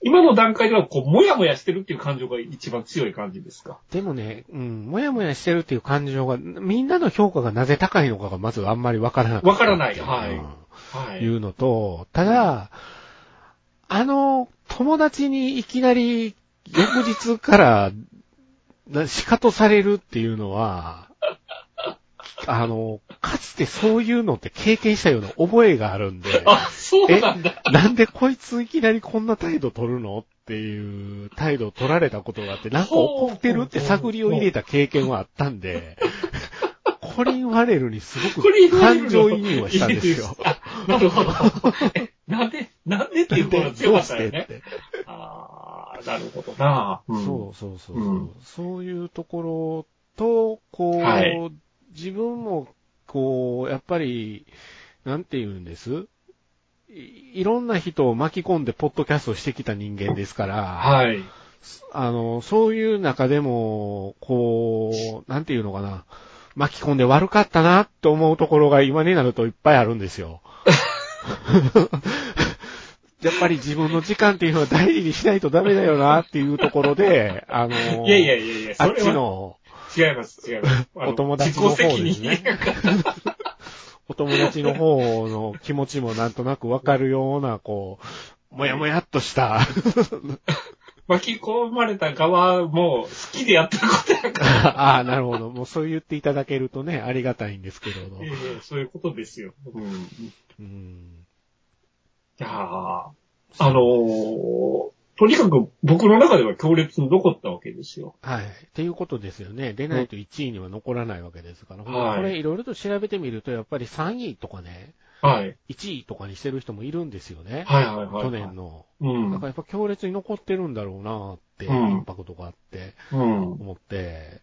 Speaker 3: 今の段階ではこう、もやもやしてるっていう感情が一番強い感じですか。
Speaker 2: でもね、うん、もやもやしてるっていう感情が、みんなの評価がなぜ高いのかがまずあんまりわからなかった
Speaker 3: わからないはいは
Speaker 2: うん
Speaker 3: い。
Speaker 2: いうのと、ただ、あの、友達にいきなり翌日からな仕方されるっていうのは、あの、かつてそういうのって経験したような覚えがあるんで、
Speaker 3: あ、そうなんだ。
Speaker 2: なんでこいついきなりこんな態度取るのっていう態度を取られたことがあって、なんか怒ってるって探りを入れた経験はあったん で、コリン・ファレルにすご
Speaker 3: コリン
Speaker 2: く
Speaker 3: ファレル
Speaker 2: 感
Speaker 3: の
Speaker 2: 情移入はしたんです
Speaker 3: いい
Speaker 2: よ。
Speaker 3: あなるほど。えなんで、なんでっていうのが強
Speaker 2: ど
Speaker 3: か
Speaker 2: う
Speaker 3: った
Speaker 2: して
Speaker 3: よ
Speaker 2: っ
Speaker 3: ね。
Speaker 2: て。
Speaker 3: ああ、なるほどな。うん
Speaker 2: そうそうそうそう、
Speaker 3: うん
Speaker 2: そういうところと、こう、
Speaker 3: はい
Speaker 2: 自分も、こう、やっぱり、なんて言うんですいいろんな人を巻き込んでポッドキャストしてきた人間ですから、
Speaker 3: はい。
Speaker 2: あの、そういう中でも、こう、なんていうのかな、巻き込んで悪かったなって思うところが今になるといっぱいあるんです よ。やっぱり自分の時間っていうのは大事にしないとダメだよなっていうところで、あの、
Speaker 3: いやいやいやいや、
Speaker 2: あ
Speaker 3: そ
Speaker 2: っ
Speaker 3: れ
Speaker 2: ち
Speaker 3: は
Speaker 2: の
Speaker 3: 違います、違います。あの
Speaker 2: お友達の方ですね
Speaker 3: 自己責任
Speaker 2: お友達の方の気持ちもなんとなくわかるような、こう、もやもやっとした、
Speaker 3: 巻き込まれた側も好きでやってること やから。
Speaker 2: ああ、なるほど。もうそう言っていただけるとね、ありがたいんですけれど
Speaker 3: い。やいやそういうことですよ。うん。い
Speaker 2: うん
Speaker 3: やーあのーとにかく僕の中では強烈に残ったわけですよ。
Speaker 2: はい。っていうことですよね。でないと1位には残らないわけですから。
Speaker 3: はい
Speaker 2: これいろいろと調べてみると、やっぱり3位とかね、
Speaker 3: はい。
Speaker 2: 1位とかにしてる人もいるんですよね。
Speaker 3: はいはいはい。
Speaker 2: 去年の。
Speaker 3: うん。
Speaker 2: だからやっぱ強烈に残ってるんだろうなって、イ
Speaker 3: うん
Speaker 2: ンパクトがあって、
Speaker 3: うん。
Speaker 2: 思って、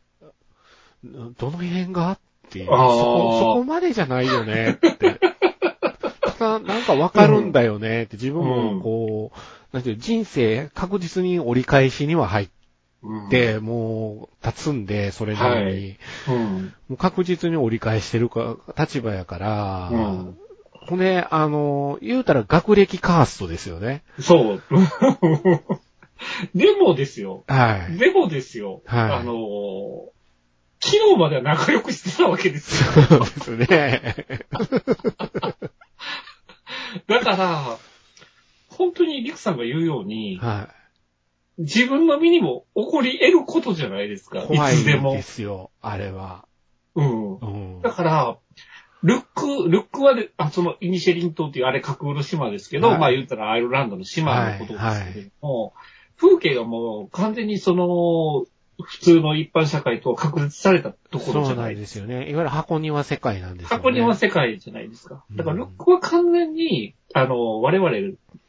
Speaker 2: んどの辺がっていう。そ
Speaker 3: あー
Speaker 2: こ、そこまでじゃないよねって。 ただ、なんかわかるんだよねって、自分もこう、なんていうの、人生確実に折り返しには入って
Speaker 3: うん、
Speaker 2: で、もう、立つんで、それなのに、
Speaker 3: はいうん。
Speaker 2: もう確実に折り返してるか、立場やから、
Speaker 3: うん
Speaker 2: これ、あの、言うたら学歴カーストですよね。
Speaker 3: そう。でもですよ。
Speaker 2: はい。
Speaker 3: でもですよ。
Speaker 2: はい
Speaker 3: あのー昨日までは仲良くしてたわけですよ。
Speaker 2: そうですね。
Speaker 3: だから、本当にリクさんが言うように、
Speaker 2: は
Speaker 3: 自分の身にも起こり得ることじゃないですか。
Speaker 2: い。
Speaker 3: い
Speaker 2: 怖い
Speaker 3: つで
Speaker 2: ん
Speaker 3: も
Speaker 2: で。すよ、あれは。
Speaker 3: うん。
Speaker 2: うん。
Speaker 3: だから、ルック、ルックはで、あその、イニシェリン島っていうあれ架空の島ですけど、
Speaker 2: はい
Speaker 3: まあ言ったらアイルランドの島のことですけれども、風景がもう完全にその、普通の一般社会とは隔絶されたところ
Speaker 2: そ
Speaker 3: じゃ
Speaker 2: う
Speaker 3: な
Speaker 2: ないん
Speaker 3: で
Speaker 2: ですすよね。いわゆる箱庭世界なんです
Speaker 3: か。
Speaker 2: よね。
Speaker 3: 過去には世界じゃないですか。だから
Speaker 2: う
Speaker 3: ル
Speaker 2: ん
Speaker 3: ックは完全に、あの、我々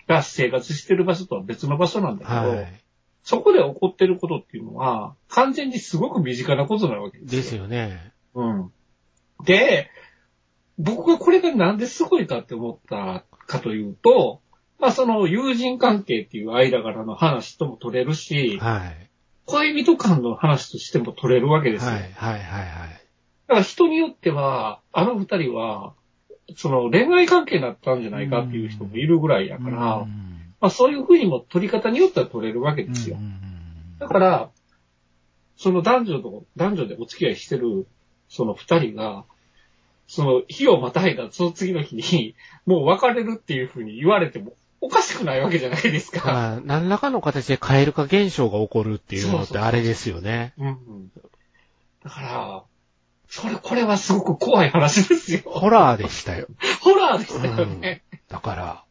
Speaker 3: が生活してる場所とは別の場所なんだけど、
Speaker 2: はい。
Speaker 3: そこで起こってることっていうのは、完全にすごく身近なことなわけですよ。
Speaker 2: ですよね。
Speaker 3: うん。で、僕がこれがなんですごいかって思ったかというと、まあその友人関係っていう間柄の話とも取れるし、
Speaker 2: はい。
Speaker 3: 恋人間の話としても取れるわけですよ。
Speaker 2: はい、
Speaker 3: だ
Speaker 2: はい、はい、はい。
Speaker 3: から人によっては、あの二人は、その恋愛関係だったんじゃないかっていう人もいるぐらいだから、
Speaker 2: うん
Speaker 3: まあそういうふうにも取り方によっては取れるわけ
Speaker 2: う
Speaker 3: ですよ。
Speaker 2: ん
Speaker 3: だから、その男女と、男女でお付き合いしてる、その二人が、その日をまたいだその次の日に、 もう別れるっていうふうに言われても、おかしくないわけじゃないですか。
Speaker 2: まあ、何らかの形でカエル化現象が起こるっていうの
Speaker 3: そう
Speaker 2: っ
Speaker 3: そう
Speaker 2: て
Speaker 3: そう
Speaker 2: あれですよね。
Speaker 3: うんうん。だから、それ、これはすごく怖い話ですよ。
Speaker 2: ホラーでしたよ。
Speaker 3: ホラーでしたよね。
Speaker 2: だから、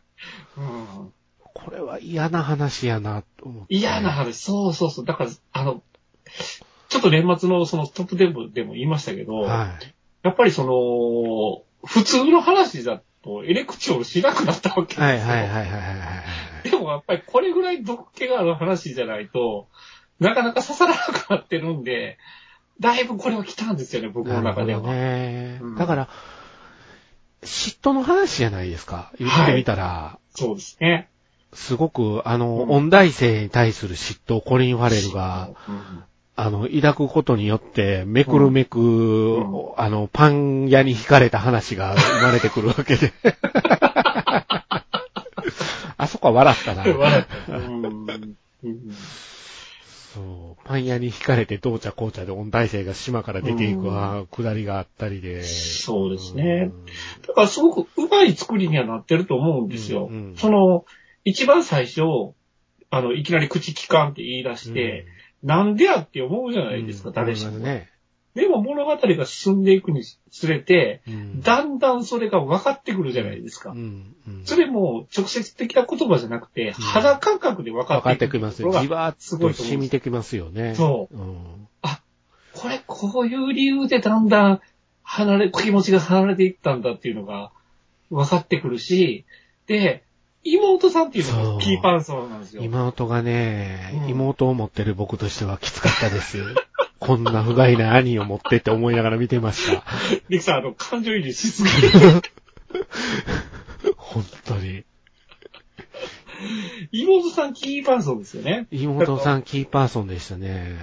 Speaker 3: うん。
Speaker 2: これは嫌な話やなと思って。
Speaker 3: 嫌な話、そうそうそう。だから、あの、ちょっと年末のそのトップデブでも言いましたけど、
Speaker 2: はい。
Speaker 3: やっぱりその、普通の話だとエレクチョールしなくなったわけですよ。
Speaker 2: はいはいはいはいはいはい。
Speaker 3: でもやっぱりこれぐらい毒気がある話じゃないと、なかなか刺さらなくなってるんで、だいぶこれは来たんですよね、僕
Speaker 2: な
Speaker 3: の
Speaker 2: る
Speaker 3: 中
Speaker 2: ほ
Speaker 3: では。
Speaker 2: どね
Speaker 3: うん。
Speaker 2: だから、嫉妬の話じゃないですか。言ってみたら、
Speaker 3: そうですね。
Speaker 2: すごく、あの、
Speaker 3: うん
Speaker 2: 音大生に対する嫉妬をコリン・ファレルが、
Speaker 3: うん
Speaker 2: あの、抱くことによって、めくるめく、
Speaker 3: ん
Speaker 2: あの、パン屋に惹かれた話が生まれてくるわけ で。あそこは笑ったな。
Speaker 3: 笑ったうんうん
Speaker 2: そう。パン屋に惹かれて、どうちゃこうちゃで音大生が島から出ていくは、下りがあったりで。
Speaker 3: そうですね。だからすごくうまい作りにはなってると思うんですよ。
Speaker 2: うんうん
Speaker 3: その、一番最初、あの、いきなり口きかんって言い出
Speaker 2: うん
Speaker 3: して、なんでやって思うじゃないですか、
Speaker 2: うん
Speaker 3: 誰しも。
Speaker 2: 思いますね。
Speaker 3: でも物語が進んでいくにつれて、
Speaker 2: うん
Speaker 3: だんだんそれが分かってくるじゃないですか
Speaker 2: う。ん。うん
Speaker 3: それも直接的な言葉じゃなくて、肌感覚で分か
Speaker 2: 分かっ
Speaker 3: って
Speaker 2: て
Speaker 3: く
Speaker 2: き
Speaker 3: る
Speaker 2: ま
Speaker 3: と
Speaker 2: す
Speaker 3: ころ
Speaker 2: よ。
Speaker 3: が
Speaker 2: じわーっと染みてきますよね。。
Speaker 3: そう
Speaker 2: うん。
Speaker 3: これ、こういう理由でだんだん離れ、気持ちが離れていったんだっていうのが分かってくるし、で、妹さんっていうの
Speaker 2: そう
Speaker 3: がキーパーソンなんですよ。
Speaker 2: 妹がね、
Speaker 3: うん
Speaker 2: 妹を持ってる僕としてはきつかったです。 こんな不甲斐ない兄を持ってって思いながら見てました。
Speaker 3: リクさん、あの、感情移入しすぎ。
Speaker 2: 本当に。
Speaker 3: 妹さんキーパーソンですよね。
Speaker 2: 妹さんキーパーソンでしたね。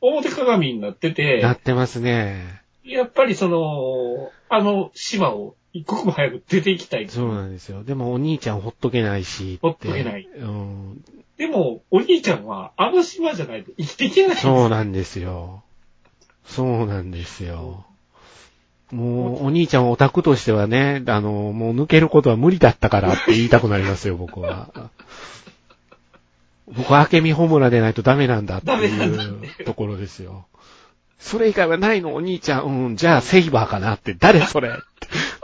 Speaker 3: 表鏡になって
Speaker 2: な
Speaker 3: て
Speaker 2: っ、てますね。
Speaker 3: やっぱりその、あの島を一刻も早く出ていきたい。
Speaker 2: そうなんですよ。でもお兄ちゃんほっとけないしって。
Speaker 3: ほっとけない
Speaker 2: うん。
Speaker 3: でも、お兄ちゃんは、あの島じゃないと生きていけない。
Speaker 2: そうなんですよ。そうなんですよ。もう、お兄ちゃんオタクとしてはね、あの、もう抜けることは無理だったからって言いたくなりますよ、僕は。 僕は明美ホムラでないとダメなんだって
Speaker 3: ダメなん
Speaker 2: いうところですよ。それ以外はないの、お兄ちゃん。うん、じゃあセイバーかなって、誰それって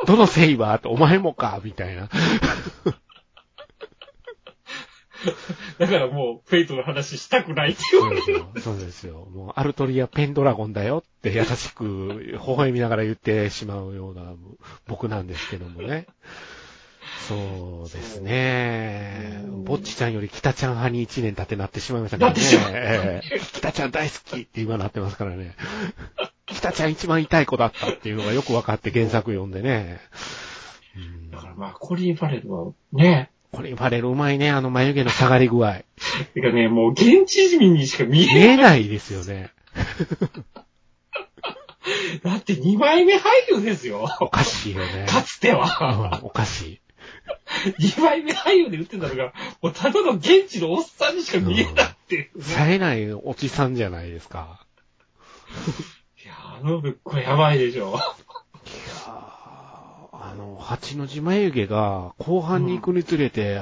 Speaker 2: どのセイバーって、お前もかみたいな。
Speaker 3: だからもう、フェイトの話したくないって言
Speaker 2: そ
Speaker 3: わ
Speaker 2: う
Speaker 3: れ
Speaker 2: です
Speaker 3: る。
Speaker 2: よ。そうですよ。もう、アルトリアペンドラゴンだよって優しく、微笑みながら言ってしまうような僕なんですけどもね。そうですね
Speaker 3: う。ん
Speaker 2: ぼっちちゃんより北ちゃん派に1年経ってなってしまいましたから
Speaker 3: なってしまう
Speaker 2: ね。ええ北ちゃん大好きって今なってますからね。北ちゃん一番痛い子だったっていうのがよく分かって原作読んでね。うん
Speaker 3: だからまあ、コリン・ファレルは、ね。
Speaker 2: これ、バレルうまいね。あの眉毛の下がり具合。
Speaker 3: てかね、もう、現地民にしか見え
Speaker 2: 見えないですよね。
Speaker 3: だって2枚目俳優ですよ。
Speaker 2: おかしいよね。
Speaker 3: かつて は。
Speaker 2: うんおかし
Speaker 3: 2枚目俳優で打ってたのが、もうただの現地のおっさんにしか見えないっていう
Speaker 2: い。
Speaker 3: ね。
Speaker 2: 冴えないおじさんじゃないですか。
Speaker 3: いや、あのぶっこやばいでしょ。
Speaker 2: あの、蜂の字眉毛が後半に行くにつれて、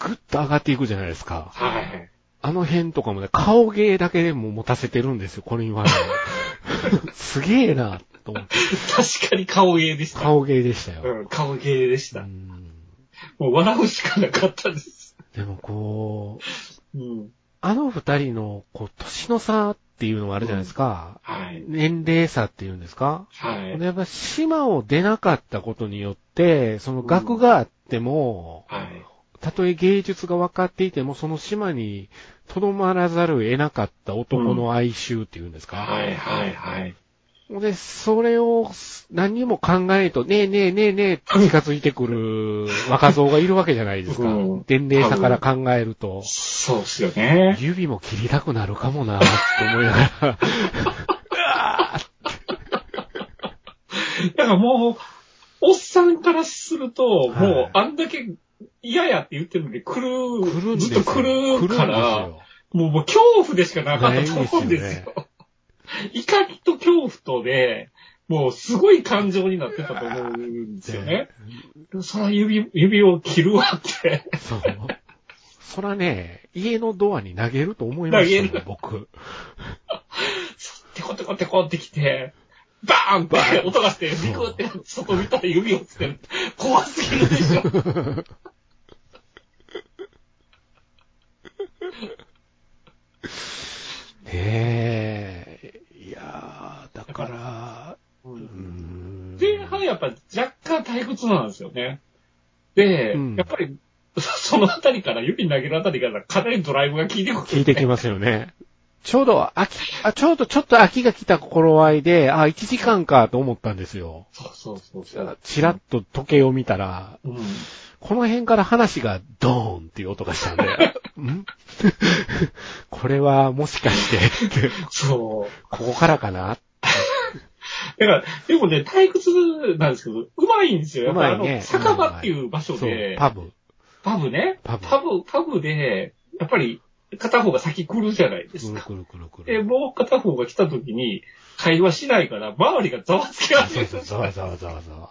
Speaker 2: ぐっと上がっていくじゃないですか。
Speaker 3: はい。
Speaker 2: あの辺とかもね、顔芸だけでも持たせてるんですよ、コリンファレ ルすげえな、と思って。
Speaker 3: 確かに顔芸でした。
Speaker 2: 顔芸でしたよ。
Speaker 3: うん、顔芸でし
Speaker 2: う
Speaker 3: た。
Speaker 2: ん
Speaker 3: もう笑うしかなかったです。
Speaker 2: でもこう、
Speaker 3: うん。
Speaker 2: あの二人の、こう、年の差っていうのもあるじゃないですか。
Speaker 3: はい。
Speaker 2: 年齢差っていうんですか
Speaker 3: はい。
Speaker 2: やっぱ島を出なかったことによって、その額があっても、
Speaker 3: はい。
Speaker 2: たとえ芸術が分かっていても、その島にとどまらざるを得なかった男の哀愁っていうんですか。
Speaker 3: はい、はい、はい。
Speaker 2: で、それを何にも考えと、ねえねえねえねえって近づいてくる若造がいるわけじゃないですか
Speaker 3: うん。
Speaker 2: 伝令差から考えると。
Speaker 3: そうっすよね。
Speaker 2: 指も切りたくなるかもな、って思いなが ら。
Speaker 3: だからもう、おっさんからすると、
Speaker 2: はい
Speaker 3: もう、あんだけ嫌やって言ってるのに、来る、
Speaker 2: 来るんです
Speaker 3: ず
Speaker 2: よ。
Speaker 3: っと来る
Speaker 2: 来
Speaker 3: か
Speaker 2: る
Speaker 3: ら
Speaker 2: ん、ですよ
Speaker 3: もう、もう恐怖でしかなかったと思うんですよ。怒りと恐怖とで、もう、すごい感情になってたと思うんですよね。その指、指を切るわって。
Speaker 2: そう。そらね、家のドアに投げると思いました
Speaker 3: 投げ
Speaker 2: よ、僕。
Speaker 3: テコテコテコってきて、バーンって音がして、ビクって外見たら指をつってる。怖すぎるでしょ。
Speaker 2: ねえ。いやー、だから、うーん。
Speaker 3: 前半やっぱ若干退屈なんですよね。で、
Speaker 2: うん
Speaker 3: やっぱり、そのあたりから、指投げるあたりから、かなりドライブが効いてくる。
Speaker 2: 聞いてきますよね。ちょうど秋、あ、ちょうどちょっと秋が来た頃合いで、あ、1時間かと思ったんですよ。
Speaker 3: そうそうそうそう。
Speaker 2: ちらっと時計を見たら、
Speaker 3: うん。
Speaker 2: この辺から話がドーンっていう音がしたんで、 ん これはもしかしてって、
Speaker 3: そう。
Speaker 2: ここからかな
Speaker 3: だから、でもね、退屈なんですけど、うまいんですよ。やっぱりあ
Speaker 2: うまいね
Speaker 3: の、酒場っていう場所
Speaker 2: そう
Speaker 3: で、、
Speaker 2: パブ。
Speaker 3: パブね。
Speaker 2: パブ
Speaker 3: パブ、パブで、やっぱり、片方が先来るじゃないです
Speaker 2: くる
Speaker 3: か。
Speaker 2: くるくるく
Speaker 3: で、
Speaker 2: る。
Speaker 3: もう片方が来た時に、会話しないから、周りがざわつき
Speaker 2: あ
Speaker 3: 始
Speaker 2: そう
Speaker 3: めて
Speaker 2: そう、ざわざわざわざわ。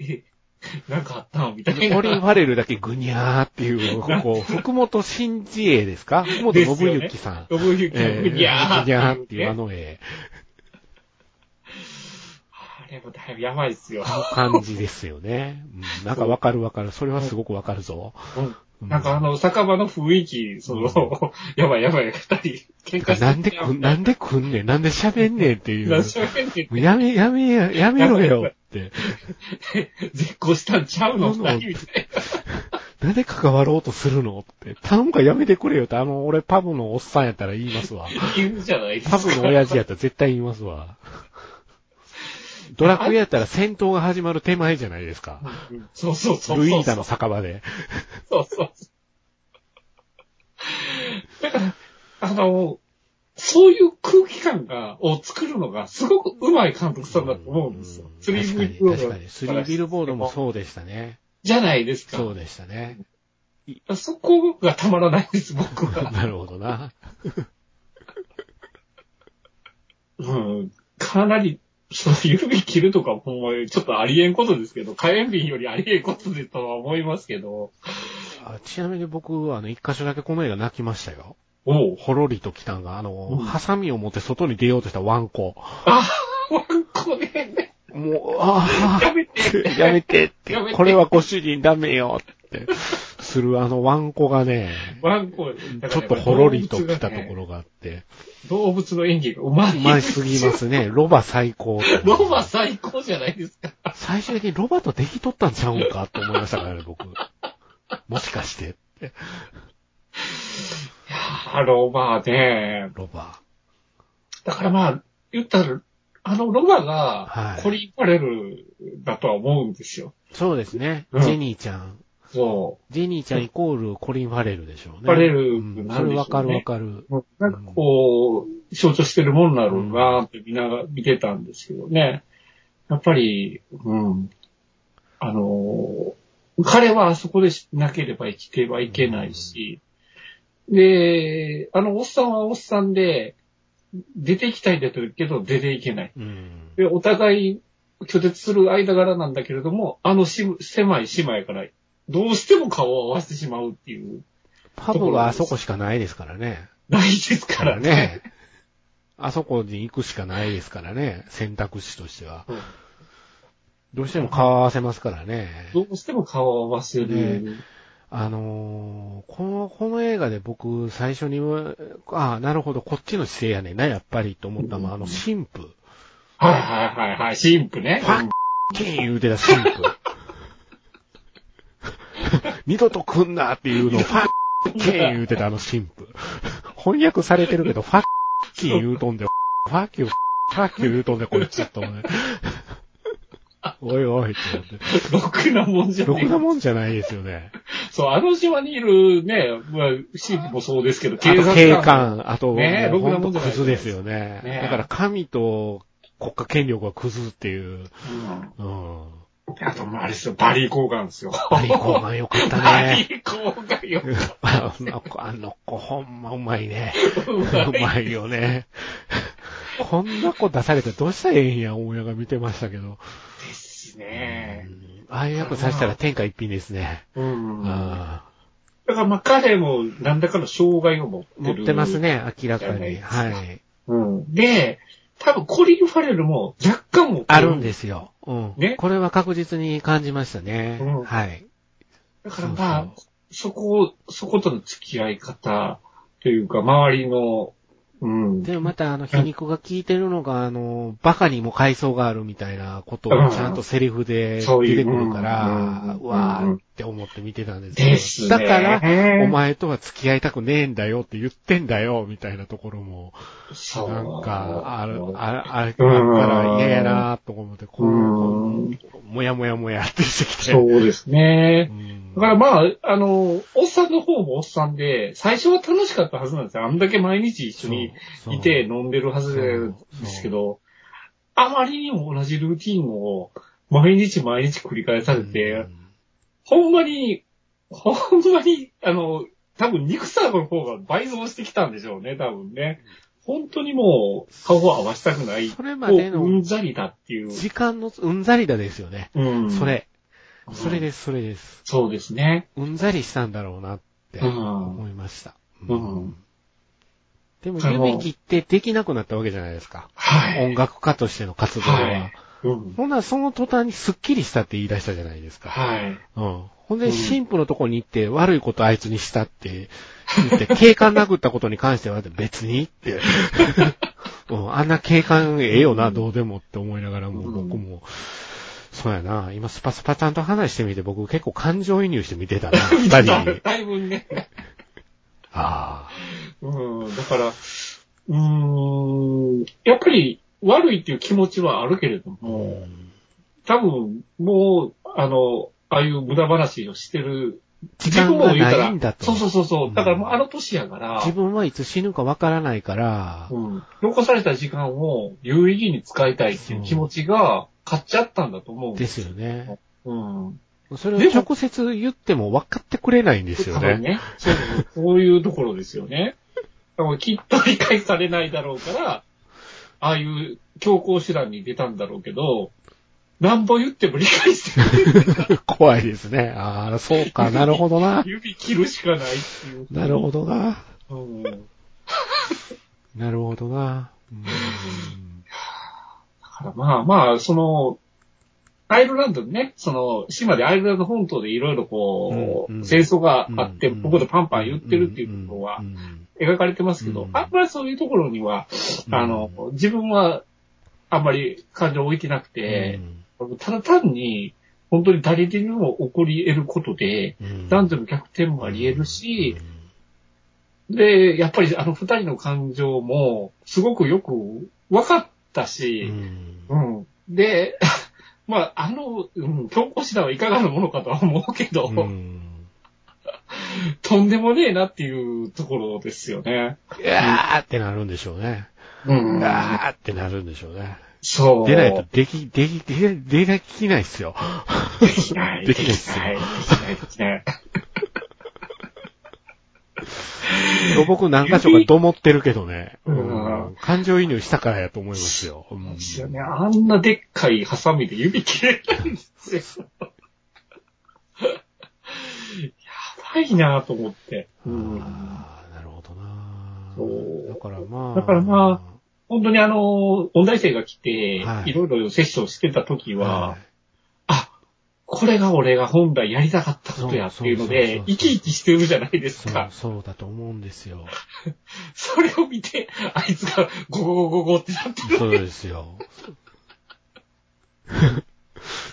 Speaker 3: え なんかあったのみたいな。
Speaker 2: コリン・ファレルだけグニャーっていう、こ こ、福本新治英ですか福本信之さん。
Speaker 3: 信行
Speaker 2: えー
Speaker 3: にゃー
Speaker 2: グニャーっていうあ
Speaker 3: ね
Speaker 2: の絵。
Speaker 3: れもだいぶやばいですよ。
Speaker 2: 感じですよね。うん、なんかわかるわかる。それはすごくわかるぞ。
Speaker 3: うん、なんかあの、酒場の雰囲気、その、やばいやばい、二人、喧
Speaker 2: てか
Speaker 3: 嘩して
Speaker 2: なんでくん、なんでくんねん、なんで喋んねんっていう。
Speaker 3: 何しゃべんねん
Speaker 2: もうやめ、やめや、やめろよって。
Speaker 3: 絶好したんちゃうの
Speaker 2: そ
Speaker 3: 二
Speaker 2: うなの
Speaker 3: 人みたい
Speaker 2: なんで関わろうとするのって。頼むからやめてくれよって、あの、俺パブのおっさんやったら言いますわ。
Speaker 3: な言うじゃないです
Speaker 2: パ
Speaker 3: か。
Speaker 2: ブの親父やったら絶対言いますわ。ドラクエやったら戦闘が始まる手前じゃないですか。
Speaker 3: うんそうそうそうそう。
Speaker 2: ルイーダの酒場で。
Speaker 3: そうそうそう。だから、あの、そういう空気感が、を作るのが、すごく上手い監督さんだと思うんですよ。スリービル
Speaker 2: 確
Speaker 3: ボード
Speaker 2: かに、確かに。スリービルボードもそうでしたね。
Speaker 3: じゃないですか。
Speaker 2: そうでしたね。
Speaker 3: そこがたまらないです、僕は。
Speaker 2: なるほどな。
Speaker 3: うん。かなり、その指切るとか、ほんまにちょっとありえんことですけど、火炎瓶よりありえんことでとは思いますけど、
Speaker 2: あちなみに僕、あの、一箇所だけこの映画泣きましたよ。
Speaker 3: おう。
Speaker 2: ほろりと来たんが、あの、
Speaker 3: うん
Speaker 2: ハサミを持って外に出ようとしたワンコ。
Speaker 3: あ、ワンコでね、
Speaker 2: もう、あ
Speaker 3: やめて。
Speaker 2: あ、やめてって
Speaker 3: やめ、て
Speaker 2: これはご主人ダメよって、するあのワンコがね、
Speaker 3: ワンコ、
Speaker 2: ちょっとほろりと来たとこ
Speaker 3: ろ。
Speaker 2: ろがあって、
Speaker 3: 動物の演技がうまい。
Speaker 2: うまいすぎますね。ロバ最高って。
Speaker 3: ロバ最高じゃないですか。
Speaker 2: 最終的にロバとできとったんちゃうんかって思いましたからね、僕。もしかして、
Speaker 3: あの、まあね、
Speaker 2: ロバ。
Speaker 3: だからまあ、言ったら、あのロバが
Speaker 2: は、い
Speaker 3: コリン・ファレルだとは思うんですよ。
Speaker 2: そうですね。
Speaker 3: うん
Speaker 2: ジェニーちゃん。
Speaker 3: そ
Speaker 2: ジェニーちゃんイコールコリン・ファレルでしょうね。
Speaker 3: ファレル
Speaker 2: うん、
Speaker 3: な
Speaker 2: そ
Speaker 3: んでしょうね
Speaker 2: れわかるわかる。
Speaker 3: う。なんかこう、象徴してるもんだろうなってみんなが見てたんですけどね。やっぱり、うん。あの、彼はあそこでしなければ生きてはいけないし、で、あのおっさんはおっさんで、出ていきたいんだけど、出ていけない。
Speaker 2: うん。
Speaker 3: で、お互い拒絶する間柄なんだけれども、あのし狭い姉妹から、どうしても顔を合わせてしまうっていう、
Speaker 2: パブはあそこしかないですからね。
Speaker 3: ないですからね。
Speaker 2: ね。あそこに行くしかないですからね。選択肢としては。
Speaker 3: うん
Speaker 2: どうしても顔合わせますからね。
Speaker 3: どうしても顔を合わせる。
Speaker 2: あのーこの、この映画で僕、最初に、ああ、なるほど、こっちの姿勢やねんな、やっぱり、と思ったのは、あの、神父。フ
Speaker 3: はいはいはいはい、神父ね。
Speaker 2: ァッキー言うてた神父。 二度と来んなっていうのを、ファッキー言うてたあの神父。翻訳されてるけど、ファッキー言うとんで、ファッキー、ファッキー言うとんで、こっちと思 って。おいおい、と思って。
Speaker 3: ろくなもんじゃ
Speaker 2: ろ
Speaker 3: ね
Speaker 2: くなもんじゃないですよね。
Speaker 3: え。そう、あの島にいるね、まあ、神父もそうですけど、
Speaker 2: あと警。官、あと、
Speaker 3: ねえ
Speaker 2: もう
Speaker 3: ろくな
Speaker 2: ほん
Speaker 3: も
Speaker 2: と
Speaker 3: んじゃない
Speaker 2: クズですよね。
Speaker 3: ねえ
Speaker 2: だから神と国家権力はクズっていう。
Speaker 3: う
Speaker 2: う
Speaker 3: ん
Speaker 2: ん。
Speaker 3: あと、まあ、あれですよ、バリー交換ですよ。
Speaker 2: バリコーマンよかった
Speaker 3: バリ
Speaker 2: ね。
Speaker 3: ー交換よ。
Speaker 2: あの子、あの子、ほんまうまいね。
Speaker 3: うま
Speaker 2: う
Speaker 3: い
Speaker 2: まいよね。 こんな子出されたらどうしたらええんや、親が見てましたけど。
Speaker 3: ですね
Speaker 2: う。んああいう役させたら天下一品ですね。
Speaker 3: うん。だ
Speaker 2: あ
Speaker 3: から、まあ、彼も何らかの障害を持って
Speaker 2: あ
Speaker 3: る。
Speaker 2: 持ってます。ね、明らかに。
Speaker 3: じゃ
Speaker 2: は。
Speaker 3: ないうん。で、多分、コリン・ファレルも若干も。
Speaker 2: あるんですすよ。うん。
Speaker 3: ね
Speaker 2: これは確実に感じましたね。
Speaker 3: うん
Speaker 2: はい。
Speaker 3: だから、まあ、そこを、そことの付き合い方というか、周りの、うん。
Speaker 2: でもまた、あの、皮肉が効いてるのが、あの、バカにも階層があるみたいなことをちゃんとセリフで
Speaker 3: そうい
Speaker 2: 出て
Speaker 3: う
Speaker 2: くるか
Speaker 3: うんう
Speaker 2: ら
Speaker 3: ん、
Speaker 2: うわーって思って見てたんですけど
Speaker 3: ですね。
Speaker 2: だから、お
Speaker 3: ら、
Speaker 2: 前とは付き合いたくねえんだよって言ってんだよ、みたいなところも、
Speaker 3: そう。
Speaker 2: なんか、ある、ある、あるか
Speaker 3: うん
Speaker 2: ら嫌やなーと思って、こ
Speaker 3: う
Speaker 2: う、
Speaker 3: ん
Speaker 2: こうもやもやもやってしてきて。
Speaker 3: そうですね
Speaker 2: う。ん
Speaker 3: だからまあ、あの、おっさんの方もおっさんで、最初は楽しかったはずなんですよ。あんだけ毎日一緒に
Speaker 2: そう
Speaker 3: いて飲んでるはず
Speaker 2: そう
Speaker 3: ですけど、あまりにも同じルーティンを毎日毎日繰り返されて、
Speaker 2: うん
Speaker 3: ほんまに、ほんまに、あの、多分肉さの方が倍増してきたんでしょうね、多分ね。本当にもう、顔を合わせたくない。
Speaker 2: それまでの
Speaker 3: こううんざりだっていう。
Speaker 2: 時間のうんざりだですよね。
Speaker 3: うん。
Speaker 2: そ。れ。
Speaker 3: うん
Speaker 2: それです、それです。
Speaker 3: そうですね。
Speaker 2: うんざりしたんだろうなって思いました。
Speaker 3: うん
Speaker 2: でも、
Speaker 3: あの
Speaker 2: 夢切ってできなくなったわけじゃないですか。
Speaker 3: はい。
Speaker 2: 音楽家としての活動は。
Speaker 3: はいうん。
Speaker 2: ほんならその途端にスッキリしたって言い出したじゃないですか。
Speaker 3: はい。
Speaker 2: うん。ほんで、神父のとこに行って、悪いことあいつにしたって言って、警官殴ったことに関しては別にって。 うん、あんな警官ええよな、どうでもって思いながらも、
Speaker 3: うん
Speaker 2: 僕も、そうやな、今スパスパちゃんと話してみて、僕結構感情移入して 見てたな、二人に。
Speaker 3: だいぶね。
Speaker 2: あ
Speaker 3: うん。だから、うーん。やっぱり悪いっていう気持ちはあるけれど
Speaker 2: あ。う
Speaker 3: も、
Speaker 2: ん
Speaker 3: 多分、もう、あの、ああいう無駄話をしてる。
Speaker 2: 時間がないんだと。
Speaker 3: そうそうそうそうう。
Speaker 2: ん
Speaker 3: だからもうあの年やから、
Speaker 2: 自分はいつ死ぬかわからないから、
Speaker 3: うん。残された時間を有意義に使いたいっていう気持ちが勝っちゃったんだと思うん
Speaker 2: ですよね。
Speaker 3: うん。
Speaker 2: それを直接言っても分かってくれないんですよ
Speaker 3: 多分
Speaker 2: ね。
Speaker 3: ね。そうそうそういうところですよね。だからきっと理解されないだろうから、ああいう強行手段に出たんだろうけど、なんぼ言っても理解してない。
Speaker 2: 怖いですね。ああ、そうか、なるほど な。
Speaker 3: 指切るしかないっていう。
Speaker 2: なるほどな。
Speaker 3: うん。
Speaker 2: なるほどな。うん
Speaker 3: だからまあまあ、その、アイルランドでね、その、島でアイルランド本島でいろいろこう、
Speaker 2: うんうん
Speaker 3: 戦争があって、
Speaker 2: うん
Speaker 3: ここでパンパン言ってるっていうところ
Speaker 2: う、
Speaker 3: は
Speaker 2: ん
Speaker 3: 描かれてますけど、
Speaker 2: うん
Speaker 3: あんまりそういうところには、
Speaker 2: うん
Speaker 3: あの、自分はあんまり感情を置いてなくて、ただ単に、本当に誰にも起こり得ることで、
Speaker 2: うん
Speaker 3: 男女の逆転もあり得るし、で、やっぱりあの二人の感情も、すごくよく分かった
Speaker 2: う
Speaker 3: し、
Speaker 2: ん
Speaker 3: うん。で、 まあ、あの、うん、強行手段はいかがなものかとは思うけど、
Speaker 2: うん
Speaker 3: とんでもねえなっていうところですよね。
Speaker 2: うわーってなるんでしょうね。
Speaker 3: う
Speaker 2: うんわーってなるんでしょうね。
Speaker 3: そう。
Speaker 2: 出ないと、でき、でき、でき、できないっすよ。
Speaker 3: できない。
Speaker 2: で
Speaker 3: で
Speaker 2: き
Speaker 3: き
Speaker 2: ない
Speaker 3: な
Speaker 2: っ
Speaker 3: い。です
Speaker 2: よ
Speaker 3: きない。できない。
Speaker 2: 僕何箇所かどもってるけどね。
Speaker 3: うん
Speaker 2: うん感情移入したからやと思いますよ。うん
Speaker 3: ですよね。あんなでっかいハサミで指切れないんですよ。やばいなと思って。うん。
Speaker 2: ああ、なるほどな。
Speaker 3: そう
Speaker 2: だからまあ。
Speaker 3: だからま本当にあの、音大生が来て、
Speaker 2: はい
Speaker 3: いろいろセッションしてた時は、
Speaker 2: はい
Speaker 3: あ、これが俺が本来やりたかったことやっていう
Speaker 2: そうそうそ
Speaker 3: ので
Speaker 2: うそう、
Speaker 3: 生き生きしてるじゃないです
Speaker 2: そう
Speaker 3: か、。
Speaker 2: そうだと思うんです よ。
Speaker 3: それを見て、あいつがゴゴゴゴゴってなってる。
Speaker 2: そうですよ。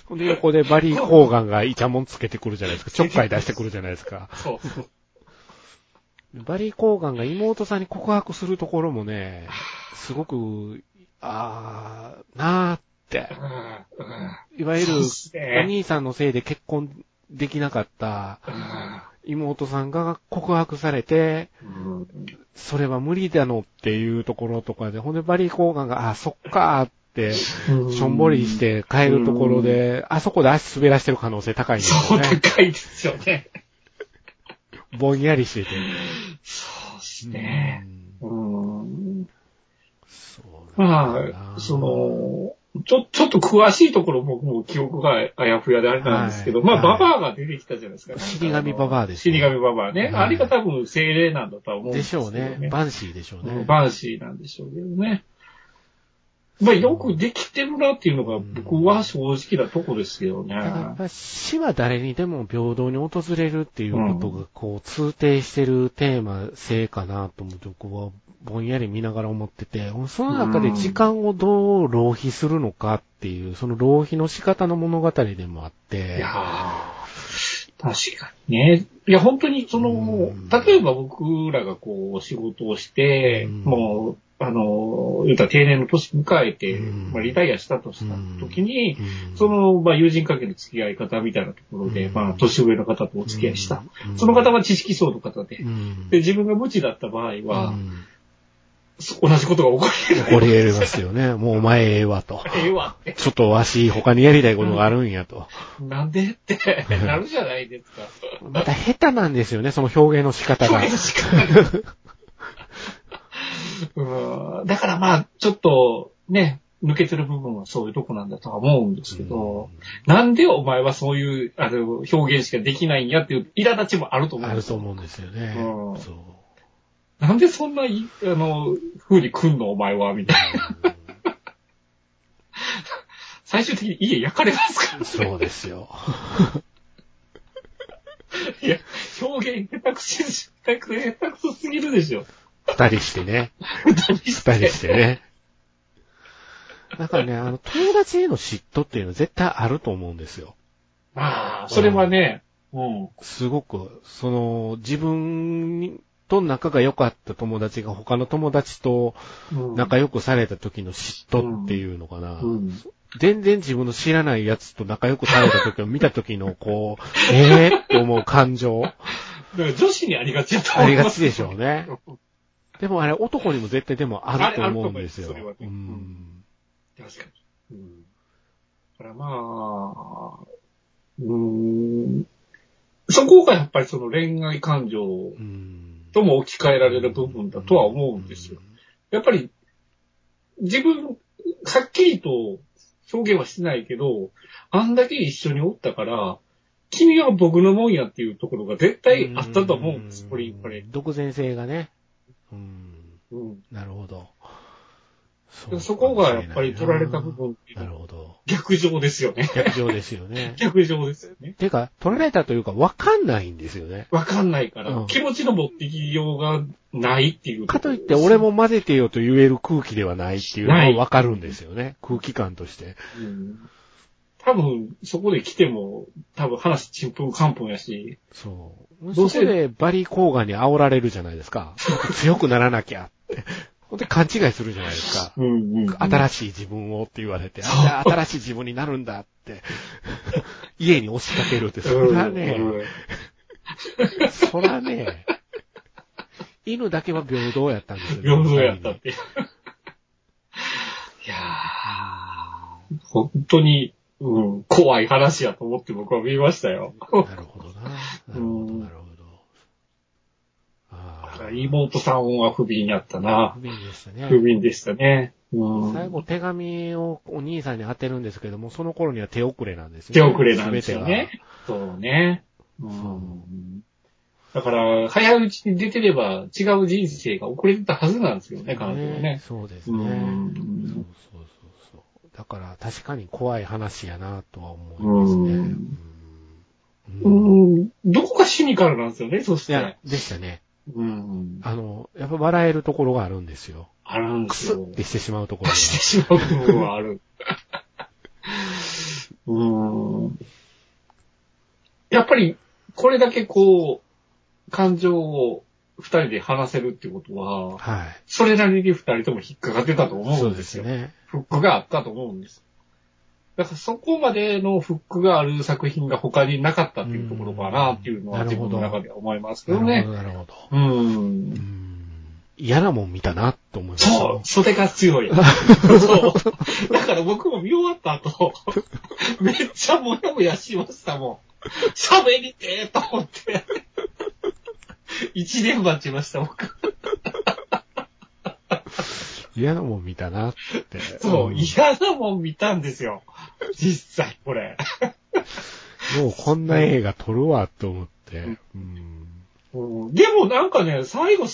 Speaker 2: ほんで、横でバリー・ホーガンがイチャモンつけてくるじゃないですか。ちょっかい出してくるじゃないですか。
Speaker 3: そうそう。
Speaker 2: バリー・コーガンが妹さんに告白するところもね、すごく、ああ、なーって。
Speaker 3: うんうん
Speaker 2: いわゆる
Speaker 3: そうっす、ね
Speaker 2: お兄さんのせいで結婚できなかった
Speaker 3: う
Speaker 2: 妹さんが告白されて、
Speaker 3: ん
Speaker 2: それは無理だのっていうところとかで、ほんでバリー・コーガンが、あ、そっかーって、しょんぼりし。て帰るところで、あそこで足滑らしてる可能性高いんです
Speaker 3: そ
Speaker 2: よ
Speaker 3: う、
Speaker 2: ね。
Speaker 3: 高いですよね。
Speaker 2: ぼんやりしてて。
Speaker 3: そうです
Speaker 2: う
Speaker 3: ね。
Speaker 2: ん
Speaker 3: うん。
Speaker 2: そうなん
Speaker 3: ま
Speaker 2: だよな
Speaker 3: あ、そ、の、ちょ、ちょっと詳しいところ僕も記憶があやふやであれなんですけど、
Speaker 2: はい
Speaker 3: ま
Speaker 2: は
Speaker 3: あ、
Speaker 2: い
Speaker 3: ババアが出てきたじゃないですか。
Speaker 2: 死神ババアです
Speaker 3: 死
Speaker 2: ね
Speaker 3: 神ババアね。
Speaker 2: はい
Speaker 3: あれが多分精霊なんだとは思うん
Speaker 2: ですし
Speaker 3: け
Speaker 2: ょ
Speaker 3: ど
Speaker 2: うね。バンシーでしょうね。
Speaker 3: バンシーなんでしょうけどね。まあ、よくできてるなっていうのが僕は正直なとこですけどね。
Speaker 2: だからやっぱ死は誰にでも平等に訪れるっていうことが、こう、通底してるテーマ性かなと思って、僕はぼんやり見ながら思ってて、その中で時間をどう浪費するのかっていう、その浪費の仕方の物語でもあっ
Speaker 3: い
Speaker 2: て
Speaker 3: や、ー確かにね。いや、本当にその、
Speaker 2: うん
Speaker 3: 例えば僕らがこう、仕事をして、
Speaker 2: うん
Speaker 3: もう、あの、言うたら定年の年迎えて、
Speaker 2: うん
Speaker 3: まあ、リタイアしたとした
Speaker 2: うん
Speaker 3: 時に、
Speaker 2: うん
Speaker 3: そ、の、まあ、友人関係の付き合い方みたいなところで、
Speaker 2: うん
Speaker 3: まあ、年上の方とお付き合いした。
Speaker 2: うん
Speaker 3: その方、は知識層の方で、
Speaker 2: うん
Speaker 3: で、自分が無知だった場合は、
Speaker 2: うん
Speaker 3: そ同じことが起こり得
Speaker 2: 怒
Speaker 3: ない。
Speaker 2: り得ますよね。もうお前ええわと。
Speaker 3: ええわって、
Speaker 2: ちょっとわし、他にやりたいことがあるんやと。
Speaker 3: なんでってなるじゃないですか。
Speaker 2: また下手なんですよね、その表現の仕方が。
Speaker 3: うんだからまあ、ちょっと、ね、抜けてる部分はそういうとこなんだとは思うんですけど、なんでお前はそういう、あの、表現しかできないんやっていう苛立ちもあると思うん
Speaker 2: あ
Speaker 3: で
Speaker 2: る
Speaker 3: す
Speaker 2: と
Speaker 3: よ。
Speaker 2: 思うんですよね。
Speaker 3: うん
Speaker 2: そう。
Speaker 3: なんでそんな、いあ の、風に来んのお前は、みたいな。最終的に家焼かれますからね。
Speaker 2: そうですよ。
Speaker 3: いや、表現下手くし、下手く下手くそすぎるでしょ。
Speaker 2: 二人してね。
Speaker 3: 二人
Speaker 2: 二人してね。だからね、あの、友達への嫉妬っていうのは絶対あると思うんですよ。
Speaker 3: まあ、それはね、うん。
Speaker 2: すごく、その、自分と仲が良かった友達が他の友達と
Speaker 3: うん
Speaker 2: 仲良くされた時の嫉妬っていうのかな。
Speaker 3: うん。
Speaker 2: 全然自分の知らないやつと仲良くされた時を見た時の、こう、えーって思う感情、
Speaker 3: だから女子にありがちだと
Speaker 2: あ
Speaker 3: 思
Speaker 2: り
Speaker 3: いま
Speaker 2: がち
Speaker 3: す。
Speaker 2: でしょうね。でもあれ、男にも絶対でもあると思うんですよ。
Speaker 3: あれあると
Speaker 2: う
Speaker 3: 思いますそれはね
Speaker 2: ん。
Speaker 3: 確かに。うん。だからまあ、うーん。そこがやっぱりその恋愛感情
Speaker 2: うん。
Speaker 3: とも置き換えられる部分だとは思うんですよ。やっぱり、自分、はっきりと表現はしてないけど、あんだけ一緒におったから、君は僕のもんやっていうところが絶対あったと思うんです、これ、これ。
Speaker 2: 独善性がね。うん。
Speaker 3: うん。
Speaker 2: なるほど。そ
Speaker 3: そこがやっぱり取られた部分っていう
Speaker 2: な
Speaker 3: の
Speaker 2: る
Speaker 3: は
Speaker 2: ほど。
Speaker 3: 逆上ですよね。。
Speaker 2: 逆上ですよね
Speaker 3: 逆上ですよね。
Speaker 2: てか、取られたというか、わかんないんですよね。
Speaker 3: わかんないから、
Speaker 2: うん
Speaker 3: 気持ちの持ってきようがないっていう
Speaker 2: か
Speaker 3: ことろ
Speaker 2: い
Speaker 3: で
Speaker 2: っ
Speaker 3: す
Speaker 2: て、俺、も混ぜてよと言える空気ではないっていうの
Speaker 3: な
Speaker 2: はいわかるんですよね。空気感として。
Speaker 3: うん多分、そこで来ても、多分話ちんぷんかんぷんやし、
Speaker 2: そう。
Speaker 3: ど
Speaker 2: そうこ
Speaker 3: せ
Speaker 2: でバリー・コーガンに煽られるじゃないですか。強くならなきゃって。ほんで勘違いするじゃないですか。
Speaker 3: うんうん
Speaker 2: 新しい自分をって言われて、
Speaker 3: そう
Speaker 2: あ新しい自分になるんだって、 家に押しかけるって、そらね、そらね、犬だけは平等やったんですよ。
Speaker 3: 平等やったって。いやー、本当に、うん、怖い話やと思って僕は見まし たよ。
Speaker 2: なるほどな。なるほど、なるほど。ああ。
Speaker 3: 妹さんは不憫やったな
Speaker 2: 不。便でした
Speaker 3: 不
Speaker 2: ね。
Speaker 3: 憫でしたね。うん。
Speaker 2: 最後手紙をお兄さんに当てるんですけども、その頃には手遅れなんですね。
Speaker 3: 手遅れなんですよね
Speaker 2: 全て。
Speaker 3: そうね。うん。だから、早いうちに出てれば違う人生が遅れてたはずなんですよね、
Speaker 2: が
Speaker 3: 彼女はね。
Speaker 2: そうです
Speaker 3: う。
Speaker 2: ね。そうんそうそうそう。だから確かに怖い話やなとは思いますね。
Speaker 3: うん
Speaker 2: う
Speaker 3: うんん。どこかシニカルなんですよね、そし
Speaker 2: いや
Speaker 3: て。、
Speaker 2: でしたね。
Speaker 3: うん。
Speaker 2: あの、やっぱ笑えるところがあるんですよ。
Speaker 3: あるんで
Speaker 2: ク
Speaker 3: す
Speaker 2: ス
Speaker 3: よ
Speaker 2: っ。てしてしまうところが。
Speaker 3: してしまう部分はある。うん。やっぱり、これだけこう、感情を二人で話せるってことは、
Speaker 2: はい。
Speaker 3: それなりに二人とも引っかかってたと思
Speaker 2: そううん
Speaker 3: で
Speaker 2: ですす
Speaker 3: よ。
Speaker 2: ね。
Speaker 3: フックがあったと思うんです。だからそこまでのフックがある作品が他になかったっていうところかなっていうの
Speaker 2: う
Speaker 3: は
Speaker 2: ん
Speaker 3: 自分の中では思いますけ
Speaker 2: な
Speaker 3: ど
Speaker 2: るほ
Speaker 3: ね。
Speaker 2: ど、なるほど。
Speaker 3: うん
Speaker 2: う。ん嫌なもん見たなと思いました。
Speaker 3: そう、袖が 強い。そう。だから僕も見終わった後、めっちゃもやもやしましたもん。喋りてーと思って。一年待ちました、僕。
Speaker 2: 嫌なもん見たなって。
Speaker 3: そう、
Speaker 2: ん
Speaker 3: 嫌なもん見たんですよ。実際、これ。
Speaker 2: もうこんな映画撮るわと思って。うん
Speaker 3: うんでもなんかね、最後、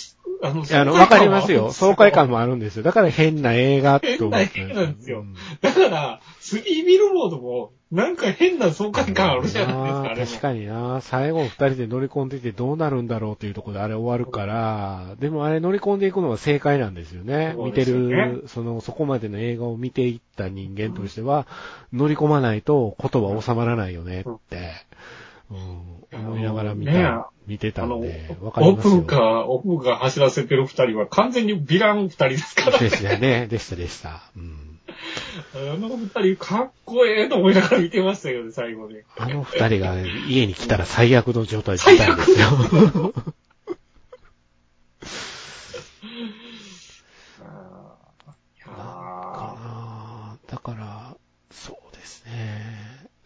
Speaker 3: あの、
Speaker 2: いやあの、わかりますよ。 爽快感もあるんですよ。だから変な映画って思って。
Speaker 3: 変な映画なんですよ
Speaker 2: うん
Speaker 3: だから、スリービルボードも、なんか変な爽快感あるじゃ
Speaker 2: あ
Speaker 3: ない
Speaker 2: ー
Speaker 3: です
Speaker 2: 確
Speaker 3: か、あれも。
Speaker 2: かにな。最後二人で乗り込んでいってどうなるんだろうっていうところであれ終わるから、でもあれ乗り込んでいくのが正解なんですよね。
Speaker 3: そう
Speaker 2: 見て
Speaker 3: ですよね
Speaker 2: る、その、そこまでの映画を見ていった人間としては、乗り込まないと言葉収まらないよねって、うん、思いながら見た、
Speaker 3: ねえ
Speaker 2: 見てた
Speaker 3: あの、
Speaker 2: ん
Speaker 3: オ
Speaker 2: で、わかり
Speaker 3: ー
Speaker 2: ますよ。
Speaker 3: プンカー、オープンカー走らせてる二人は完全にヴィラン二人で すから、
Speaker 2: でしたね。でした、でした。うん。
Speaker 3: あの二人かっこええと思いながら見てましたけどね、最後に。
Speaker 2: あの二人が家に来たら最悪の状態だったんですよ。
Speaker 3: あーいや
Speaker 2: か
Speaker 3: ー
Speaker 2: な だから、そうですね。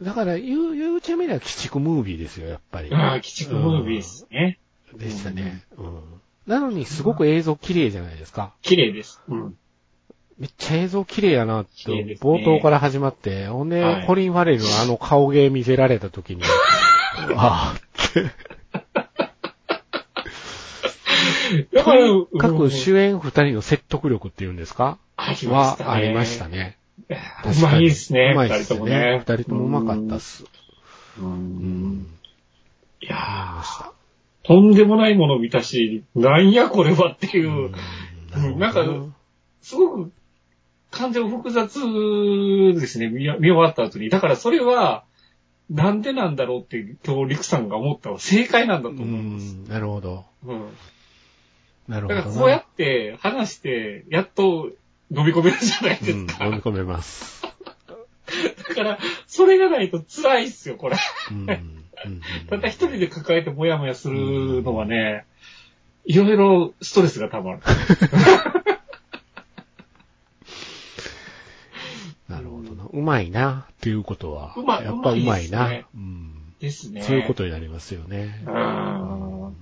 Speaker 2: だから、言う、言うちゃみりゃ鬼畜ムービーですよ、やっぱり。
Speaker 3: あー、鬼畜ムービーですね。
Speaker 2: うんでしたね。うん。なのに、すごく映像綺麗じゃないですか。
Speaker 3: 綺麗です。うん。
Speaker 2: めっちゃ映像綺麗やなって
Speaker 3: 綺麗で、すね
Speaker 2: 冒頭から始まって、ほんで、
Speaker 3: はい
Speaker 2: コリン・ファレルのあの顔芸見せられた時に、 ああ、
Speaker 3: だから、
Speaker 2: 各
Speaker 3: うん
Speaker 2: 主演二人の説得力っていうんですか
Speaker 3: ありましたね。
Speaker 2: はありましたね。
Speaker 3: うまいですね
Speaker 2: うまいっす
Speaker 3: 二人ともね
Speaker 2: 二人ともうまかったっす。
Speaker 3: う。
Speaker 2: うんん。
Speaker 3: い
Speaker 2: あ
Speaker 3: や
Speaker 2: りました
Speaker 3: ー、とんでもないもの見たし、なんやこれはっていうう、
Speaker 2: ん
Speaker 3: なんかすごく感情複雑ですね、見見終わった後に。だからそれは、なんでなんだろうって今日、陸さんが思ったのは正解なんだ
Speaker 2: う
Speaker 3: と思います。
Speaker 2: ん、なるほど。
Speaker 3: うん。
Speaker 2: なる
Speaker 3: だ
Speaker 2: ほど
Speaker 3: から
Speaker 2: な。
Speaker 3: こうやって話して、やっと飲み込めるじゃない
Speaker 2: うん、
Speaker 3: です
Speaker 2: 飲み
Speaker 3: か。
Speaker 2: 込めます。
Speaker 3: だから、それがないと辛いっすよ、これ。
Speaker 2: うん。うん
Speaker 3: ただ一人で抱えてもやもやするのはね、いろいろストレスが溜まる。
Speaker 2: なるほどな。うまいな、っていうことは。
Speaker 3: うまい
Speaker 2: やっぱうまいな。
Speaker 3: うまいっ
Speaker 2: うん。
Speaker 3: ですね。
Speaker 2: そういうことになりますよね
Speaker 3: う。ーん。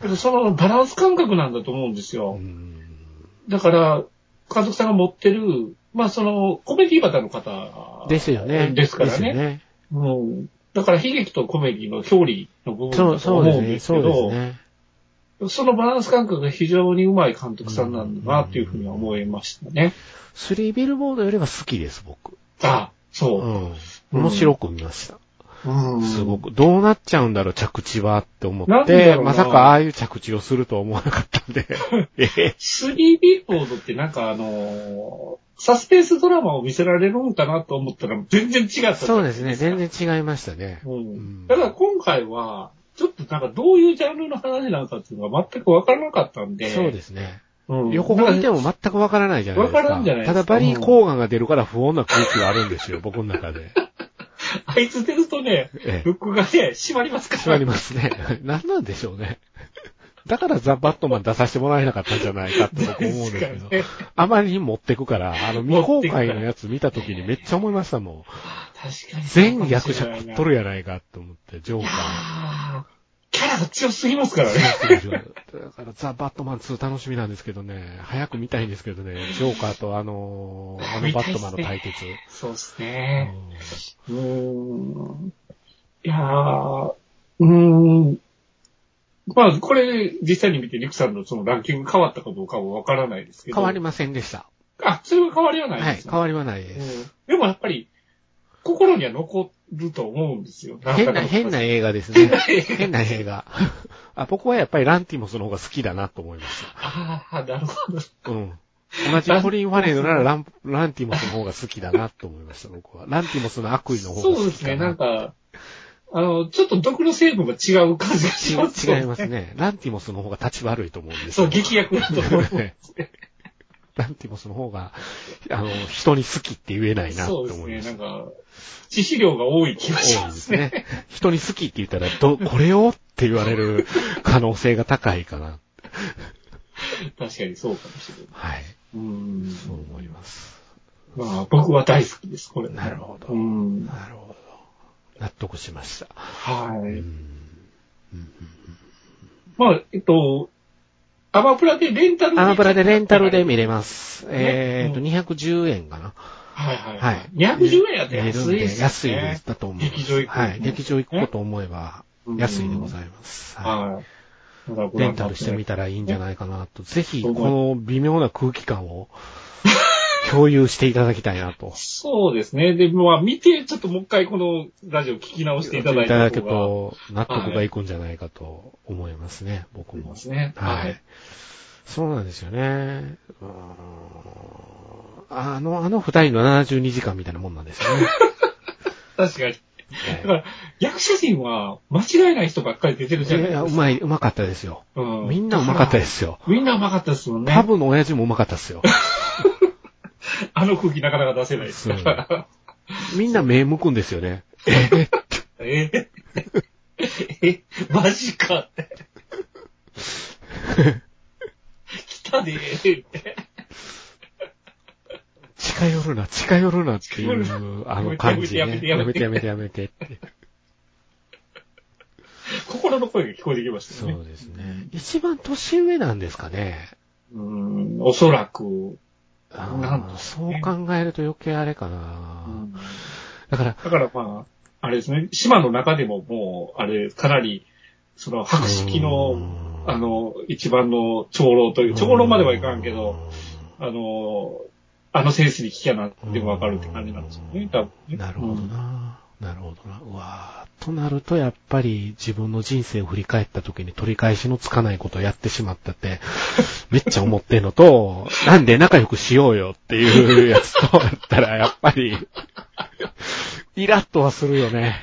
Speaker 3: けどそのバランス感覚なんだと思うんです
Speaker 2: う
Speaker 3: よ。
Speaker 2: ん
Speaker 3: だから、監督さんが持ってる、まあその、コメディバタの方。
Speaker 2: ですよね。
Speaker 3: ですから
Speaker 2: ですよ
Speaker 3: ね。
Speaker 2: ね。
Speaker 3: うん。だから悲劇とコメディの表裏の部分
Speaker 2: そ
Speaker 3: だ
Speaker 2: う、
Speaker 3: と
Speaker 2: そうで
Speaker 3: 思
Speaker 2: す
Speaker 3: うんで
Speaker 2: ね。
Speaker 3: す
Speaker 2: そ
Speaker 3: け
Speaker 2: うです
Speaker 3: ど、
Speaker 2: ね。
Speaker 3: そのバランス感覚が非常にうまい監督さんなんだなっていうふうには思いましたね。
Speaker 2: スリービルボードよりは好きです、僕。
Speaker 3: あ、
Speaker 2: う
Speaker 3: そ
Speaker 2: ん。面白く見ました。
Speaker 3: う。うん。
Speaker 2: すごく。どうなっちゃうんだろう、着地はって思っ
Speaker 3: なんだ
Speaker 2: て、
Speaker 3: ろうな
Speaker 2: まさかああいう着地をするとは思わなかったん で。ええ
Speaker 3: 3ビルボードってなんかあのーサスペンスドラマを見せられるんかなと思ったら全然違った。
Speaker 2: そうですね。全然違いましたね。
Speaker 3: う。
Speaker 2: うんん
Speaker 3: だから今回は、ちょっとなんかどういうジャンルの話なのかっていうのが全くわからなかったんで。
Speaker 2: そうですね。
Speaker 3: うん。
Speaker 2: 横から見て
Speaker 3: も。
Speaker 2: も全くわからないじゃないですか。
Speaker 3: わからんじゃないで
Speaker 2: た
Speaker 3: すか
Speaker 2: だバリー・コーガンが出るから不穏な空気があるんですよ、僕の中で。
Speaker 3: あいつ出るとね、
Speaker 2: ええ
Speaker 3: ブックがね、閉まりますから。
Speaker 2: 閉まりますね。何なんでしょうね。だからザ・バットマン出させてもらえなかったんじゃないかって僕思うんですけど。
Speaker 3: です
Speaker 2: あまりに持ってくから、あの未
Speaker 3: 持っ
Speaker 2: 公
Speaker 3: てくから
Speaker 2: 開のやつ見た時にめっちゃ思いましたもん。
Speaker 3: 確かに。
Speaker 2: 全役者食っと
Speaker 3: る。
Speaker 2: るやないかと思って、ジョー
Speaker 3: い
Speaker 2: カ
Speaker 3: や
Speaker 2: ー。
Speaker 3: ーキャラが強すぎますからね。
Speaker 2: だから、ザ・バットマン2楽しみなんですけどね、早く見たいんですけどね、ジョーカーとあの ーあのバットマンの対決。
Speaker 3: そうです
Speaker 2: う
Speaker 3: ね。
Speaker 2: ん
Speaker 3: うーん。いやー、うーん。まあ、これ、実際に見て、リクさんのそのランキング変わったかどうかはわからないですけど。
Speaker 2: 変わりませんでした。
Speaker 3: あ、それは変わりはな
Speaker 2: はい
Speaker 3: で
Speaker 2: い、
Speaker 3: すね。
Speaker 2: 変わりはないです。
Speaker 3: うんでもやっぱり、心には残ると思うんですよ。
Speaker 2: 変な、
Speaker 3: んか
Speaker 2: 変な
Speaker 3: やっ
Speaker 2: 映画ですね。 変な映画。 あ、僕はやっぱりランティモスの方が好きだなと思いまし
Speaker 3: ぱあ あ、なるほど。
Speaker 2: た。うん。同じコリン・ファレルならラン、ランティモスの方が好きだなと思いました、僕は。ランティモスの悪意の方が好きだな。
Speaker 3: そうですね、なんか、あの、ちょっと毒の成分が違う感じがします よ
Speaker 2: 違いますね。ランティモスの方が立ち悪いと思うんです
Speaker 3: そ
Speaker 2: よ
Speaker 3: う、劇薬だと思 うんですね。
Speaker 2: ランティモスの方が、あの、人に好きって言えないなと
Speaker 3: そう
Speaker 2: 思
Speaker 3: で
Speaker 2: い
Speaker 3: す
Speaker 2: ま
Speaker 3: ね、
Speaker 2: す
Speaker 3: なん。か、致死量が多い気がし
Speaker 2: 多い
Speaker 3: ま
Speaker 2: ですす
Speaker 3: ね。
Speaker 2: ね。人に好きって言ったら、ど、これをって言われる可能性が高いかな。
Speaker 3: 確かにそうかもしれない。
Speaker 2: はい。
Speaker 3: うん。
Speaker 2: そう思います。
Speaker 3: まあ、僕は大好きです、これ。
Speaker 2: なるほど。
Speaker 3: うん。
Speaker 2: なるほど。納得しました。
Speaker 3: は
Speaker 2: う
Speaker 3: い。
Speaker 2: ん
Speaker 3: まあ、えっと、アマプラでレンタル
Speaker 2: アマプラでレンタルで見れます。
Speaker 3: ね
Speaker 2: えっと、
Speaker 3: う
Speaker 2: 210円かな。
Speaker 3: はいはい
Speaker 2: は
Speaker 3: はいい。210円やったら
Speaker 2: 見れるん
Speaker 3: 安いで
Speaker 2: で
Speaker 3: す、ね。
Speaker 2: 安いです。。だと思います。
Speaker 3: 劇場行く
Speaker 2: はい。劇場行くこと思えば
Speaker 3: う、ん
Speaker 2: 安いでございます。はい
Speaker 3: はい。まだご
Speaker 2: レ
Speaker 3: 覧
Speaker 2: ン
Speaker 3: にな
Speaker 2: タ
Speaker 3: っ
Speaker 2: ルしてみたらいいんじゃないかなと。ぜひ、
Speaker 3: そ
Speaker 2: こ
Speaker 3: う
Speaker 2: の微妙な空気感を共有していただきたいなと。
Speaker 3: そうですね。で、まあ、見て、ちょっともう一回このラジオ聞き直していただいた
Speaker 2: け
Speaker 3: 方が。
Speaker 2: と、納得がいくんじゃないかと思いますね、僕
Speaker 3: 思い
Speaker 2: も
Speaker 3: ま。すね。
Speaker 2: は
Speaker 3: はいい。。
Speaker 2: そうなんですよね。うーんあの、あの二人の72時間みたいなもんなんです よね。
Speaker 3: 確かに。だか
Speaker 2: は
Speaker 3: ら、役者陣は間違いない人ばっかり出てる
Speaker 2: いい
Speaker 3: じゃ
Speaker 2: や
Speaker 3: ない
Speaker 2: い
Speaker 3: で
Speaker 2: や、う
Speaker 3: すか。
Speaker 2: まい、うまかったですよ。
Speaker 3: うん
Speaker 2: みんなうまかったで。すよ。
Speaker 3: みんなうまかったですもんね。
Speaker 2: パブの親父もうまかったです よ。
Speaker 3: あの空気なかなか出せないですから。
Speaker 2: みんな目向くんですよね。
Speaker 3: えええ、マジかって。来たねーって。
Speaker 2: 近寄るな、近寄るなっていう、あの感じね。
Speaker 3: やめてやめて
Speaker 2: やめてやめてやめてって。
Speaker 3: 心の声が聞こえてきました
Speaker 2: そ
Speaker 3: よね。
Speaker 2: うですね。一番年上なんですかね。
Speaker 3: うーん、おそらく。
Speaker 2: あ
Speaker 3: なん
Speaker 2: ーそう考えると余計あれかな。だから、
Speaker 3: だからまあ、あれですね、島の中でももう、あれ、かなり、その、白色の、
Speaker 2: うん
Speaker 3: あの、一番の長老という、長老まではいかんけど、
Speaker 2: う
Speaker 3: あの、あのセンスに聞きゃなんでもわかるって感じなんですよね、多分ね。
Speaker 2: なるほどな。なるほどな。うわーとなると、やっぱり自分の人生を振り返った時に取り返しのつかないことをやってしまった って、めっちゃ思ってんのと、なんで仲良くしようよっていうやつと、だった ら、やっぱり、イラッとはするよね。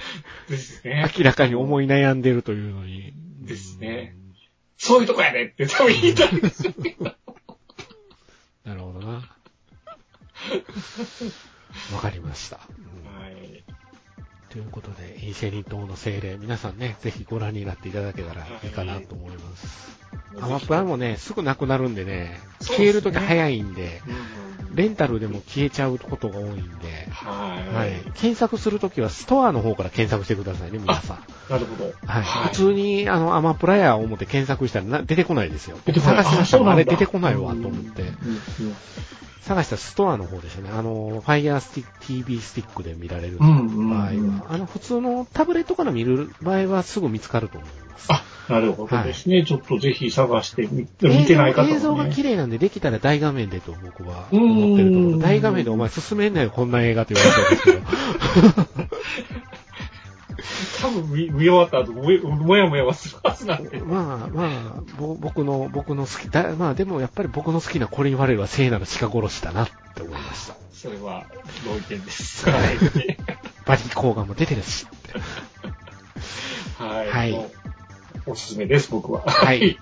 Speaker 3: うん。ですね。
Speaker 2: 明らかに思い悩んでるというのに。
Speaker 3: ですね。そういうとこやねって多分言いたいですよね。
Speaker 2: なるほど な。わかりました。うん
Speaker 3: はい。
Speaker 2: ということで、インシェリン島の精霊、皆さんね、ぜひご覧になっていただけたらいいかなと思います。アマプラもね、すぐなくなるんでね、
Speaker 3: そうですね
Speaker 2: 消えるとき早いんで、
Speaker 3: うん
Speaker 2: レンタルでも消えちゃうことが多いんで、
Speaker 3: はい。
Speaker 2: はい。検索するときはストアの方から検索してくださいね、皆さん。
Speaker 3: なるほど。
Speaker 2: はい。
Speaker 3: はい
Speaker 2: 普通に、あの、アマプラや思って検索したらな出てこないですよ。
Speaker 3: 出てこない
Speaker 2: 探しました
Speaker 3: あそう
Speaker 2: もん
Speaker 3: な
Speaker 2: あ
Speaker 3: んだ
Speaker 2: れ出てこないわ、と思って。探したらストアの方でしたね。あの、Fire Stick TV スティックで見られる
Speaker 3: う
Speaker 2: 場合
Speaker 3: んうんうん
Speaker 2: は、あの、普通のタブレットから見る場合はすぐ見つかると思います。
Speaker 3: あ、なるほどですね。ちょっとぜひ探してみ、見てない方もね。
Speaker 2: 映像映像が綺麗なんで、できたら大画面でと僕は
Speaker 3: うーん
Speaker 2: 思ってるところ。大画面でお前進めんなよ、こんな映画って言われてるんですけど。
Speaker 3: 多分見見終わった後、もやもやもやはするはずなん で。
Speaker 2: まあまあ、ぼ僕の、僕の好き、だまあでもやっぱり僕の好きなこれ言われるは聖なる鹿殺しだなって思いました。
Speaker 3: それは、同意見です。はい。
Speaker 2: バリコーガンも出てるしって。
Speaker 3: はい。
Speaker 2: はい
Speaker 3: もうおすすめです、僕は。
Speaker 2: はい。